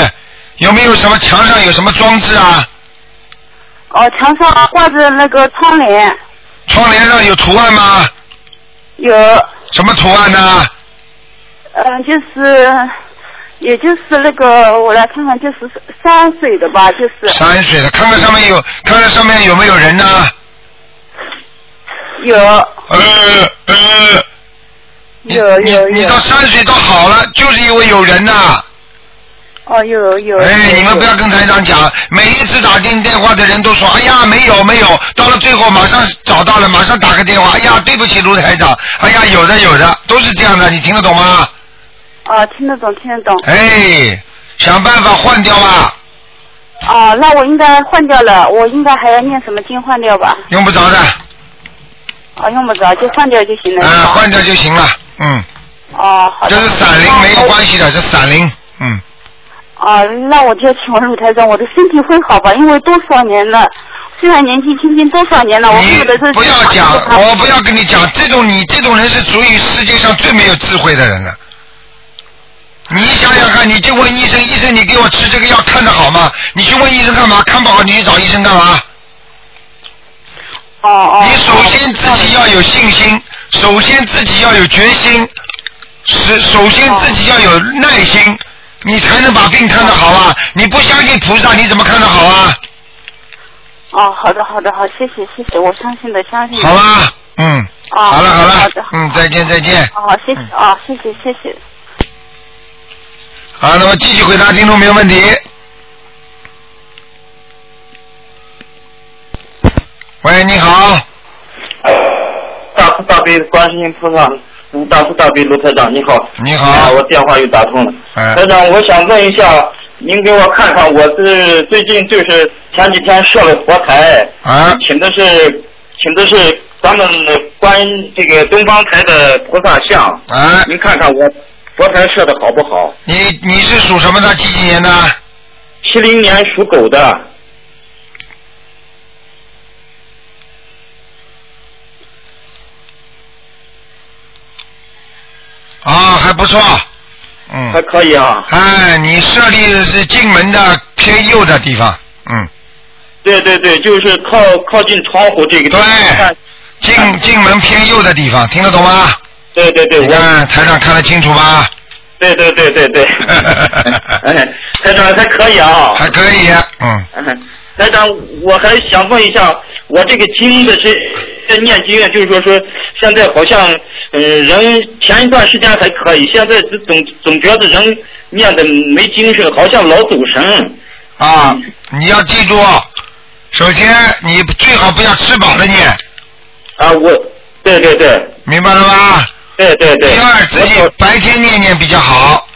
Speaker 1: 有没有什么墙上有什么装置啊？
Speaker 11: 哦、墙上挂着那个窗帘，
Speaker 1: 窗帘上有图案吗？
Speaker 11: 有，
Speaker 1: 什么图案呢、
Speaker 11: 呃，就是，也就是那个，我来看看，就是山水的吧，就是
Speaker 1: 山水的，看看上面有，看看上面有没有人呢、
Speaker 11: 有
Speaker 1: 呃呃，你
Speaker 11: 有
Speaker 1: 你
Speaker 11: 有
Speaker 1: 你
Speaker 11: 有
Speaker 1: 到，山水都好了，就是因为有人呐、
Speaker 11: 哦有有。
Speaker 1: 哎，
Speaker 11: 有
Speaker 1: 你们不要
Speaker 11: 有
Speaker 1: 跟台长讲，每一次打进电话的人都说，哎呀，没有没有，到了最后马上找到了，马上打个电话，哎呀，对不起卢台长，哎呀，有的有的，都是这样的，你听得懂吗？
Speaker 11: 哦，听得懂，听得懂。
Speaker 1: 哎，想办法换掉吧，
Speaker 11: 哦，那我应该换掉了，我应该还要念什么经换掉吧？
Speaker 1: 用不着的，
Speaker 11: 哦，用不着，就换掉就行了。
Speaker 1: 嗯、
Speaker 11: 是吧
Speaker 1: 换掉就行了，嗯，
Speaker 11: 哦，好的。
Speaker 1: 这是散灵没有关
Speaker 11: 系。
Speaker 1: 系的，这散灵，嗯，
Speaker 11: 啊，那我就请问鲁台长，我的身体会好吧？因为多少年了，虽然年纪轻轻，多少年了，我恨得
Speaker 1: 你
Speaker 11: 是
Speaker 1: 不要 讲，
Speaker 11: 啊
Speaker 1: 我不要跟你讲，这种你这种人是属于世界上最没有智慧的人了。你想想看，你就问医生，医生你给我吃这个药看得好吗？你去问医生干嘛？看不好你去找医生干嘛？
Speaker 11: 哦哦。
Speaker 1: 你首先自己要有信心，首先自己要有决心，是首先自己要有耐心，你才能把病看得好啊！你不相信菩萨，你怎么看得好啊？
Speaker 11: 哦，好的，好的，好，谢谢，谢谢，我相信的，相信的。
Speaker 1: 好啦，嗯，
Speaker 11: 哦。
Speaker 1: 好了好了
Speaker 11: 好的，，好
Speaker 1: 嗯，再见再见。嗯
Speaker 11: 好，好谢谢啊，谢谢，谢谢。
Speaker 1: 好，那么继续回答听众朋友问题。喂，你好，
Speaker 12: 大慈大悲观世音菩萨，嗯大慈大悲卢台长，你好。
Speaker 1: 你好
Speaker 12: 啊我电话又打通了。
Speaker 1: 哎
Speaker 12: 台长，我想问一下，您给我看看，我是最近就是前几天设了佛台，
Speaker 1: 啊
Speaker 12: 请的是请的是咱们观这个东方台的菩萨像，
Speaker 1: 啊，
Speaker 12: 您看看我佛台设的好不好？
Speaker 1: 你你是属什么的？几几年的？
Speaker 12: 七零年属狗的，
Speaker 1: 啊，还不错，
Speaker 12: 还
Speaker 1: 嗯，
Speaker 12: 可以啊。
Speaker 1: 哎，你设立的是进门的偏右的地方，嗯，
Speaker 12: 对对对，就是靠靠近窗户这个地方。
Speaker 1: 对
Speaker 12: 看
Speaker 1: 进进门偏右的地方，听得懂吗？
Speaker 12: 对对哎对，
Speaker 1: 你
Speaker 12: 我
Speaker 1: 看台上看得清楚吧？
Speaker 12: 对对对对 对，哎台长还可以啊。
Speaker 1: 还可以，嗯，
Speaker 12: 嗯台长，我还想问一下，我这个经的是这念经啊，就是说说现在好像，嗯、人前一段时间还可以，现在只总总觉得人念的没精神，好像老走神。
Speaker 1: 啊，你要记住，首先你最好不要吃饱了念，
Speaker 12: 啊，我，对对对，
Speaker 1: 明白了吗？
Speaker 12: 对对对。
Speaker 1: 第二，自己
Speaker 12: 我
Speaker 1: 白天念念比较好。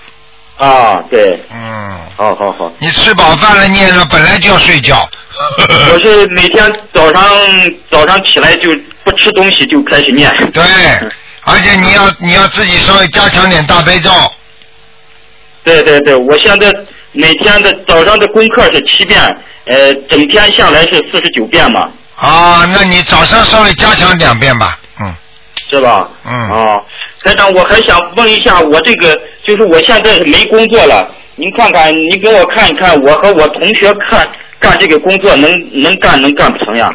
Speaker 12: 啊，对，
Speaker 1: 嗯，
Speaker 12: 好好好。
Speaker 1: 你吃饱饭了念了，本来就要睡觉。
Speaker 12: 我是每天早上早上起来就不吃东西就开始念。
Speaker 1: 对，而且你要你要自己稍微加强点大悲咒。
Speaker 12: 对对对，我现在每天的早上的功课是七遍，呃，整天下来是四十九遍嘛，
Speaker 1: 啊，那你早上稍微加强两遍吧。嗯，
Speaker 12: 是吧？
Speaker 1: 嗯
Speaker 12: 啊，台长，我还想问一下，我这个就是我现在是没工作了，您看看，您给我看一看，我和我同学看干这个工作能能干能干不成呀？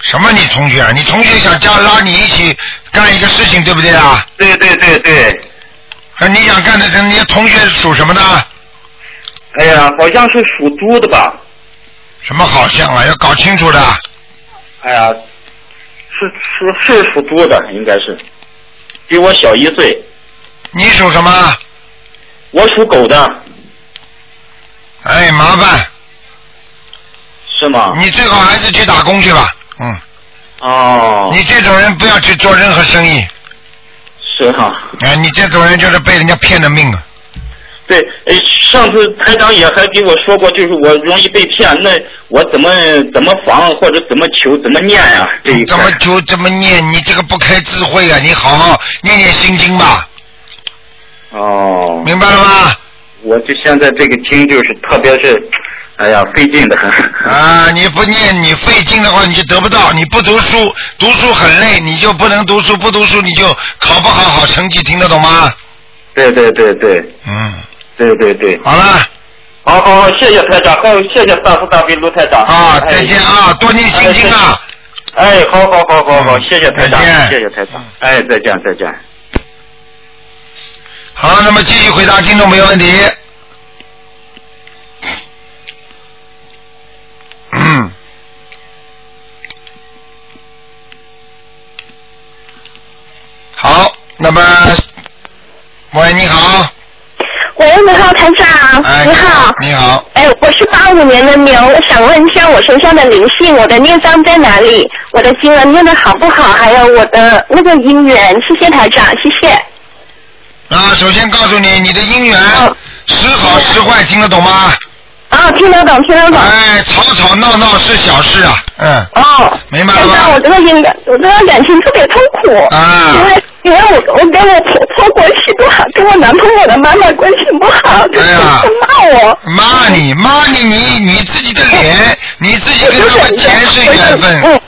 Speaker 1: 什么？你同学？啊你同学想加拉你一起干一个事情，对不对啊？
Speaker 12: 对对对对。
Speaker 1: 那你想干的是你的同学属什么的？
Speaker 12: 哎呀，好像是属猪的吧？
Speaker 1: 什么好像啊？要搞清楚的。
Speaker 12: 哎呀，是是是属猪的，应该是，比我小一岁。
Speaker 1: 你属什么？
Speaker 12: 我属狗的。
Speaker 1: 哎，麻烦。
Speaker 12: 是吗？
Speaker 1: 你最好还是去打工去吧。嗯。
Speaker 12: 哦。
Speaker 1: 你这种人不要去做任何生意。
Speaker 12: 是哈、
Speaker 1: 哎，你这种人就是被人家骗的命啊！
Speaker 12: 对，呃上次台长也还给我说过，就是我容易被骗，那我怎么怎么防或者怎么求怎么念呀、这一
Speaker 1: 怎
Speaker 12: 块
Speaker 1: 么求怎么念，你这个不开智慧啊！你好好念念心经吧，
Speaker 12: 哦，
Speaker 1: 明白了吗？
Speaker 12: 我就现在这个经就是，特别是，哎呀，费劲的很。
Speaker 1: 啊，你不念你费劲的话，你就得不到。你不读书，读书很累，你就不能读书；不读书，你就考不好好成绩，听得懂吗？
Speaker 12: 对对对对，
Speaker 1: 嗯，
Speaker 12: 对对对。
Speaker 1: 好了，
Speaker 12: 好好好，哦谢谢台长，还有谢谢大慈大悲卢台长。
Speaker 1: 啊，再见啊，多念心经啊。嗯
Speaker 12: 哎，好好好好好，谢谢台长
Speaker 1: 再见，
Speaker 12: 谢谢台长。哎，再见再见。
Speaker 1: 好，那么继续回答听众朋友问题。嗯。好，那么，喂，你好，
Speaker 4: 喂，你好，团长，
Speaker 1: 哎，
Speaker 4: 你好，
Speaker 1: 你好，
Speaker 4: 哎，我是八五年的牛，我想问一下我身上的灵性，我的孽障在哪里？我的经文念的好不好？还有我的那个姻缘，谢谢台长，谢谢。
Speaker 1: 啊，首先告诉你，你的姻缘时好时坏，听得懂吗？
Speaker 4: 啊，听得懂，听得懂。
Speaker 1: 哎，吵吵闹闹是小事啊，嗯，
Speaker 4: 哦，
Speaker 1: 明白
Speaker 4: 台
Speaker 1: 了吗？
Speaker 4: 长，我这个姻缘，我这个感情特别痛苦，
Speaker 1: 啊
Speaker 4: 因为因为我我跟我婆婆关系不好，跟我男朋友的妈妈关系不好，就是
Speaker 1: 哎呀
Speaker 4: 骂我。
Speaker 1: 骂你骂你，你你自己 的脸，你自己跟他们前世缘分，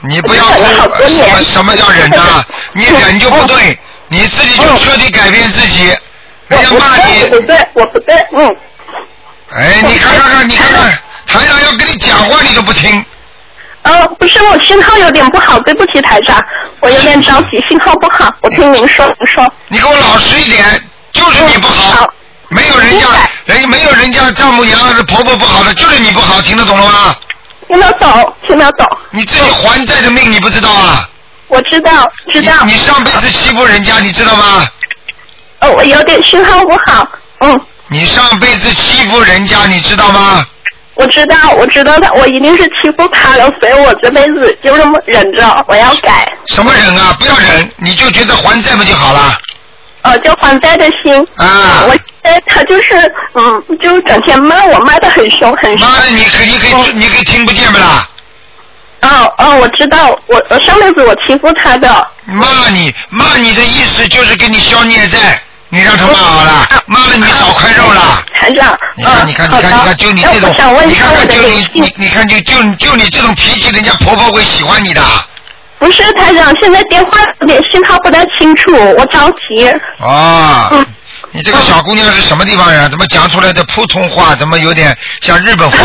Speaker 1: 你不要
Speaker 4: 忍了好多
Speaker 1: 什
Speaker 4: 年
Speaker 1: 么什么叫忍呐、你忍就不对，你自己就彻底改变自己。人家骂
Speaker 4: 嗯我不
Speaker 1: 你，
Speaker 4: 对，我不对，嗯。
Speaker 1: 哎，你看看看，你看看，台长要跟你讲话你都不听，
Speaker 4: 呃，不是，我信号有点不好，对不起台长，我有点着急，信号不好，我听您说，您说。
Speaker 1: 你给我老实一点，就是你不好，没有人家人没有人家丈母娘是婆婆不好的，就是你不好，听得懂了吗？
Speaker 4: 听得懂，听得懂，
Speaker 1: 你自己还债的命你不知道啊？
Speaker 4: 我知道，知道。
Speaker 1: 你上辈子欺负人家，你知道吗？
Speaker 4: 呃，我有点信号不好，嗯，
Speaker 1: 你上辈子欺负人家，你知道吗？
Speaker 4: 我知道，我知道他，我一定是欺负他了，所以我这辈子就这么忍着，我要改，
Speaker 1: 什么人啊？不要忍，你就觉得还债不就好了？
Speaker 4: 呃，就还债的心。
Speaker 1: 啊
Speaker 4: 我，呃，他就是，嗯，就整天骂我，骂的很凶，很凶。
Speaker 1: 妈的，你可你可以你可以听不见不啦？
Speaker 4: 哦哦，我知道，我我上辈子我欺负他的，
Speaker 1: 骂你骂你的意思就是给你消孽债，你让他骂好了，骂了你少块肉了。
Speaker 4: 台长。
Speaker 1: 你看，
Speaker 4: 嗯
Speaker 1: 你看，你
Speaker 4: 好的
Speaker 1: 看，你看，就你这
Speaker 4: 那
Speaker 1: 种
Speaker 4: 我想，问一
Speaker 1: 你
Speaker 4: 下
Speaker 1: 看
Speaker 4: 我
Speaker 1: 看，
Speaker 4: 的
Speaker 1: 就
Speaker 4: 灵
Speaker 1: 你
Speaker 4: 性
Speaker 1: 你你看，就就就你这种脾气，人家婆婆会喜欢你的。
Speaker 4: 不是台长，现在电话有点信号不太清楚，我着急。
Speaker 1: 哦
Speaker 4: 嗯，
Speaker 1: 你这个小姑娘是什么地方人？怎么讲出来的普通话，怎么有点像日本话？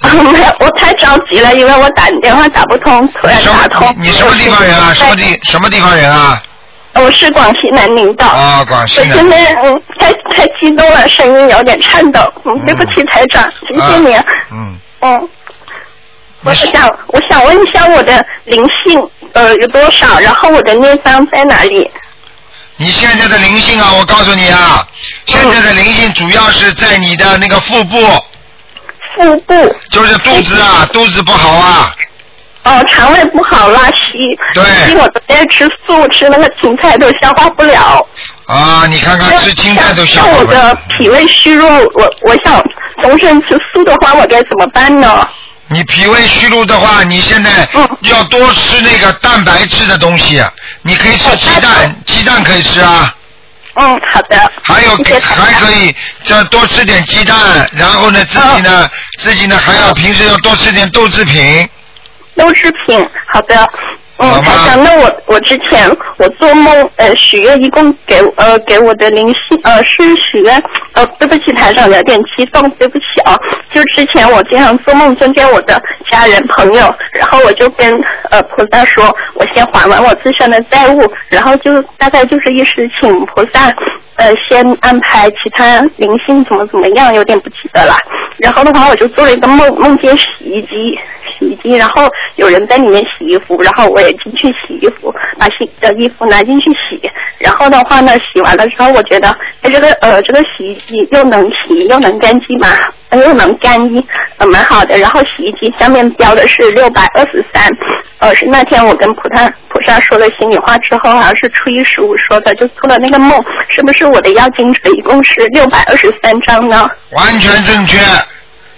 Speaker 4: 没有， 我太着急了，因为我打电话打不通，突然打通。
Speaker 1: 你什么地方人啊？什么地什么地方人啊？
Speaker 4: 呃？我是广西南宁的。
Speaker 1: 啊，广西
Speaker 4: 我
Speaker 1: 的
Speaker 4: 现。在嗯，太太激动了，声音有点颤抖。嗯，对不起，台长，谢谢你。啊
Speaker 1: 嗯，
Speaker 4: 嗯，我
Speaker 1: 你是
Speaker 4: 想我想问一下我的灵性呃有多少，然后我的孽障在哪里？
Speaker 1: 你现在的灵性啊，我告诉你啊，现在的灵性主要是在你的那个腹部，
Speaker 4: 腹部
Speaker 1: 就是肚子啊，肚子不好啊。
Speaker 4: 哦、肠胃不好，拉稀。
Speaker 1: 对
Speaker 4: 因为我昨天吃素，吃那个芹菜都消化不了。
Speaker 1: 啊，你看看吃青菜都消
Speaker 4: 像
Speaker 1: 化
Speaker 4: 我
Speaker 1: 不了
Speaker 4: 的。脾胃虚弱，我我想终身吃素的话，我该怎么办呢？
Speaker 1: 你脾胃虚弱的话，你现在
Speaker 4: 嗯
Speaker 1: 要多吃那个蛋白质的东西，啊你可以吃鸡蛋，鸡蛋可以吃啊，
Speaker 4: 哦嗯，好的。
Speaker 1: 还有
Speaker 4: 谢谢台长
Speaker 1: 还可以这多吃点鸡蛋，然后呢自己呢
Speaker 4: 嗯
Speaker 1: 自己呢还要平时要多吃点豆制品，
Speaker 4: 豆制品，好的。嗯，台长，那我我之前我做梦呃许愿，一共给呃给我的灵性呃是许愿呃对不起台长有点激动，对不起啊，就之前我经常做梦梦见我的家人朋友，然后我就跟呃菩萨说，我先还完我自身的债务，然后就大概就是意思请菩萨呃先安排其他灵性怎么怎么样，有点不记得了。然后的话，我就做了一个梦，梦见洗衣机，洗衣机，然后有人在里面洗衣服，然后我也进去洗衣服，把洗的衣服拿进去洗。然后的话呢，洗完了之后，我觉得，哎，这个呃，这个洗衣机又能洗又能干净嘛，呃又能干衣，呃，蛮好的。然后洗衣机下面标的是六百二十三，呃，是那天我跟菩萨菩萨说了心里话之后，好像是初一十五说的，就做了那个梦，是不是我的要经者一共是六百二十三张呢？
Speaker 1: 完全正确，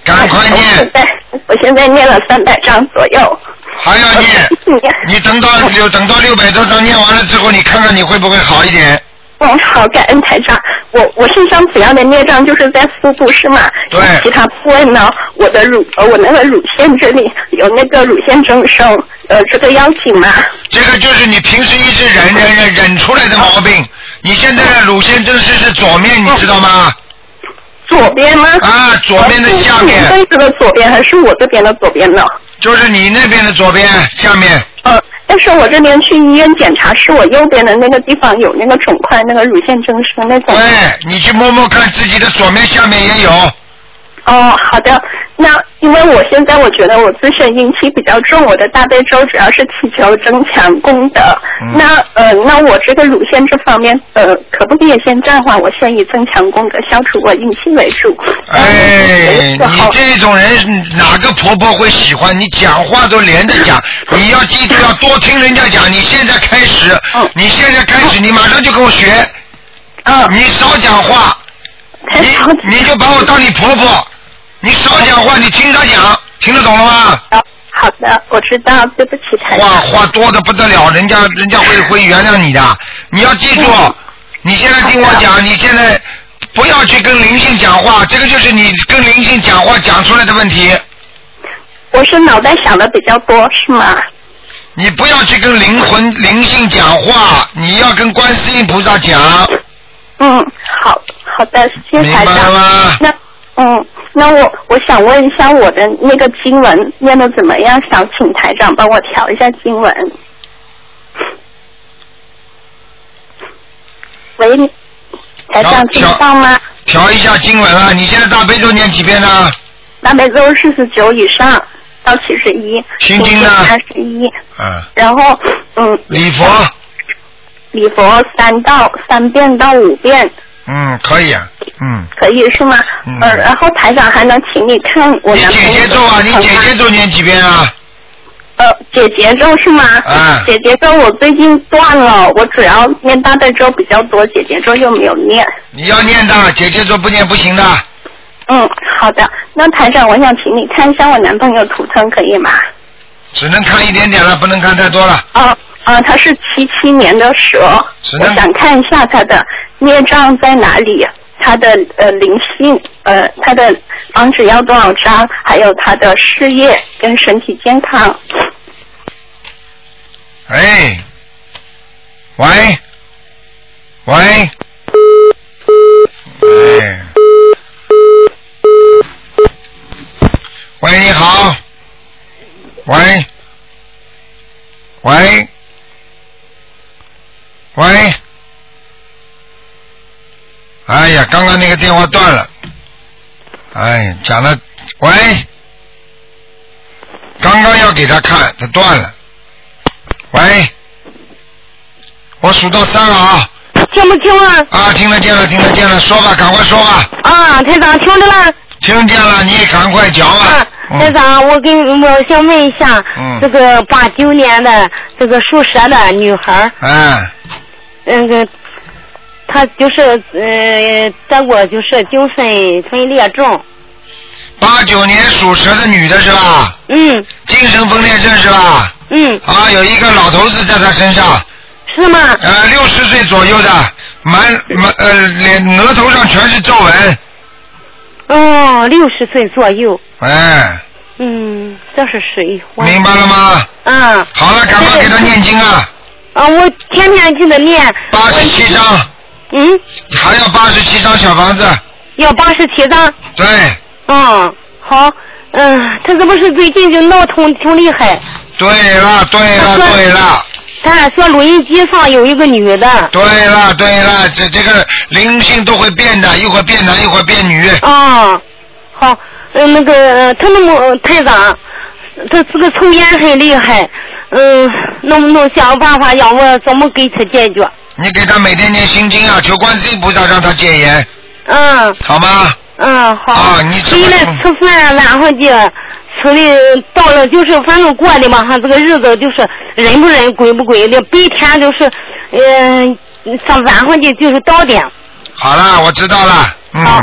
Speaker 1: 赶快念，
Speaker 4: 我现在念了三百张左右。
Speaker 1: 还要念。
Speaker 4: 嗯
Speaker 1: 你等到六等到六百多张念完了之后，你看看你会不会好一点？
Speaker 4: 嗯，好，感恩台长。我我身上主要的孽障就是在腹部是吗？
Speaker 1: 对。
Speaker 4: 其他部位呢？我的乳呃，我那个乳腺这里有那个乳腺增生，呃，这个要紧吗？
Speaker 1: 这个就是你平时一直忍忍忍忍出来的毛
Speaker 4: 啊
Speaker 1: 病。你现在的乳腺增生是左面，你知道吗？
Speaker 4: 啊左边吗？
Speaker 1: 啊，左边的下面。
Speaker 4: 这边的左边还是我这边的左边呢？
Speaker 1: 就是你那边的左边下面。
Speaker 4: 呃，但是我这边去医院检查，是我右边的那个地方有那个肿块，那个乳腺增生那种。
Speaker 1: 对，哎你去摸摸看自己的左面下面也有。
Speaker 4: 哦，好的。那因为我现在我觉得我自身阴气比较重，我的大悲咒主要是祈求增强功德。那呃，那我这个乳腺这方面，呃，可不可以先暂缓？我先以增强功德消除我阴气为主。
Speaker 1: 哎，你这种人哪个婆婆会喜欢？你讲话都连着讲，
Speaker 4: 嗯
Speaker 1: 你要记住要多听人家讲。你现在开始，
Speaker 4: 嗯
Speaker 1: 你现在开始，你马上就跟我学。
Speaker 4: 嗯
Speaker 1: 你少讲话，你你就把我当你婆婆，你少讲话，你听她讲，听得懂了吗？
Speaker 4: 嗯好的，我知道，对不起台
Speaker 1: 长。话话多的不得了，人家人家会会原谅你的。你要记住，
Speaker 4: 嗯
Speaker 1: 你现在听我讲，你现在不要去跟灵性讲话，这个就是你跟灵性讲话讲出来的问题。
Speaker 4: 我是脑袋想的比较多，是吗？
Speaker 1: 你不要去跟灵魂灵性讲话，你要跟观世音菩萨讲。
Speaker 4: 嗯，好好的，谢谢台长。那嗯，那我我想问一下我的那个经文念的怎么样？想请台长帮我调一下经文。喂，台长听得到吗？
Speaker 1: 调一下经文啊！你现在大悲咒念几遍啊呢？
Speaker 4: 大悲咒四十九以上到七十一，
Speaker 1: 心经呢
Speaker 4: 三十一，
Speaker 1: 嗯，
Speaker 4: 然后嗯，
Speaker 1: 礼佛，
Speaker 4: 礼佛三到三遍到五遍。
Speaker 1: 嗯，可以啊，嗯。
Speaker 4: 可以是吗？嗯、呃，然后台长还能请你看我男朋友。
Speaker 1: 姐姐咒啊，你姐姐咒念几遍啊？
Speaker 4: 呃，姐姐咒是吗？
Speaker 1: 啊
Speaker 4: 姐姐咒我最近断了，我主要念大悲咒比较多，姐姐咒又没有念。
Speaker 1: 你要念的，姐姐咒不念不行的。
Speaker 4: 嗯，好的。那台长，我想请你看一下我男朋友图腾，可以吗？
Speaker 1: 只能看一点点了，不能看太多了。
Speaker 4: 啊、啊、他是七七年的蛇，
Speaker 1: 是
Speaker 4: 我
Speaker 1: 的
Speaker 4: 想看一下他的孽障在哪里，他的呃灵性呃他的房子要多少张，还有他的事业跟身体健康。
Speaker 1: 哎，喂，喂，哎，喂，你好，喂，喂，喂，哎呀，刚刚那个电话断了，哎，讲了，喂，刚刚要给他看，他断了。喂，我数到三了啊！
Speaker 13: 听不清啊？
Speaker 1: 啊，听得见了，听得见了，说吧，赶快说吧。
Speaker 13: 啊，台长听着了。
Speaker 1: 听见了，啊你也赶快讲吧。
Speaker 13: 台长，我跟我想问一下，
Speaker 1: 嗯
Speaker 13: 这个八九年的这个属蛇的女孩儿，
Speaker 1: 哎，
Speaker 13: 那个她就是呃得过就是精神分裂症，
Speaker 1: 八九年属蛇的女的是吧？
Speaker 13: 嗯。
Speaker 1: 精神分裂症是吧？
Speaker 13: 嗯。
Speaker 1: 啊，有一个老头子在她身上。
Speaker 13: 是吗？
Speaker 1: 呃，六十岁左右的，满满呃脸额头上全是皱纹，
Speaker 13: 哦，六十岁左右，
Speaker 1: 哎，
Speaker 13: 嗯，这是水花。
Speaker 1: 明白了吗？
Speaker 13: 嗯。
Speaker 1: 好了，赶快给他念经啊！
Speaker 13: 啊，我天天给他念。
Speaker 1: 八十七张。
Speaker 13: 嗯。
Speaker 1: 还要八十七张小房子。
Speaker 13: 要八十七张。
Speaker 1: 对。
Speaker 13: 嗯，好，嗯，他这不是最近就闹腾挺厉害。
Speaker 1: 对了，对了，对了。
Speaker 13: 他还说录音机上有一个女的。
Speaker 1: 对了对了，这这个灵性都会变的，一会儿变男，一会儿变女。
Speaker 13: 啊、好，嗯，那个呃他那么呃台长，他这个抽烟很厉害，嗯，能不能想个办法让我怎么给他解决？
Speaker 1: 你给他每天念心经啊，求观世音菩萨让他戒烟，
Speaker 13: 嗯
Speaker 1: 好吗？
Speaker 13: 嗯，好。
Speaker 1: 啊，你
Speaker 13: 回来吃饭晚上的，吃的到了就是反正过的吧，哈，这个日子就是忍不忍鬼不鬼的，白天就是嗯、上晚上的就是到点，
Speaker 1: 好了，我知道了，嗯。
Speaker 13: 好。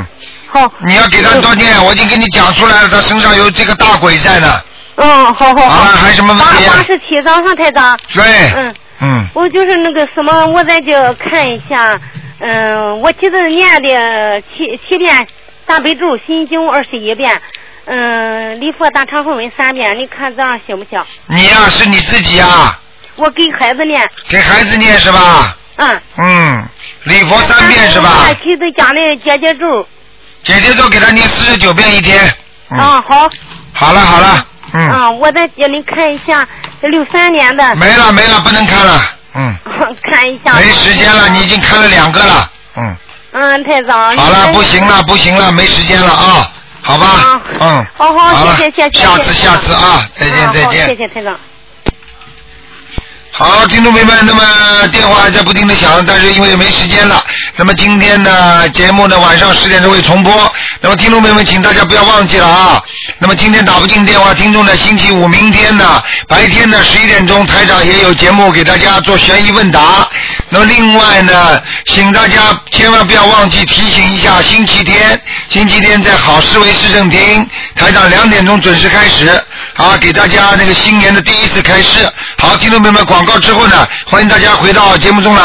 Speaker 1: 你要给他多念，我已经跟你讲出来了，他身上有这个大鬼在呢。
Speaker 13: 嗯，好好
Speaker 1: 好了，还有什么问题
Speaker 13: 八八
Speaker 1: 啊？
Speaker 13: 十七张上台长。
Speaker 1: 对
Speaker 13: 嗯，
Speaker 1: 嗯，
Speaker 13: 我就是那个什么，我在这看一下，嗯，我记得念的七七遍大悲咒心经二十一遍，嗯，礼佛大忏悔文三遍，你看这样行不行？
Speaker 1: 你呀、是你自己呀、啊
Speaker 13: 我给孩子念，
Speaker 1: 给孩子念是吧？
Speaker 13: 嗯。
Speaker 1: 嗯，礼佛三遍是
Speaker 13: 我
Speaker 1: 吧
Speaker 13: 哎还？给他家里解解咒。
Speaker 1: 姐姐都给他念四十九遍一天。嗯
Speaker 13: 啊，好。
Speaker 1: 好了好了，嗯
Speaker 13: 啊，我在这里看一下六三年的。
Speaker 1: 没了没了，不能看了，嗯，
Speaker 13: 看一下。
Speaker 1: 没时间了，你已经看了两个了，嗯，
Speaker 13: 嗯，台长。
Speaker 1: 好了，
Speaker 13: 你
Speaker 1: 不行了不行了，没时间了啊，好吧，嗯，
Speaker 13: 好
Speaker 1: 好
Speaker 13: 好，
Speaker 1: 了
Speaker 13: 谢谢谢谢。
Speaker 1: 下次下次啊，再见
Speaker 13: 啊
Speaker 1: 再
Speaker 13: 好
Speaker 1: 见
Speaker 13: 谢。谢台长。
Speaker 1: 好，听众朋友们，那么电话还在不停的响，但是因为没时间了，那么今天的节目呢，晚上十点钟会重播。那么听众朋友们，请大家不要忘记了啊。那么今天打不进电话，听众呢，星期五明天呢，白天呢十一点钟，台长也有节目给大家做悬疑问答。那么另外呢，请大家千万不要忘记提醒一下，星期天，星期天在好市委市政厅，台长两点钟准时开始，啊，给大家那个新年的第一次开市。好，听众朋友们，广告之后呢，欢迎大家回到节目中来。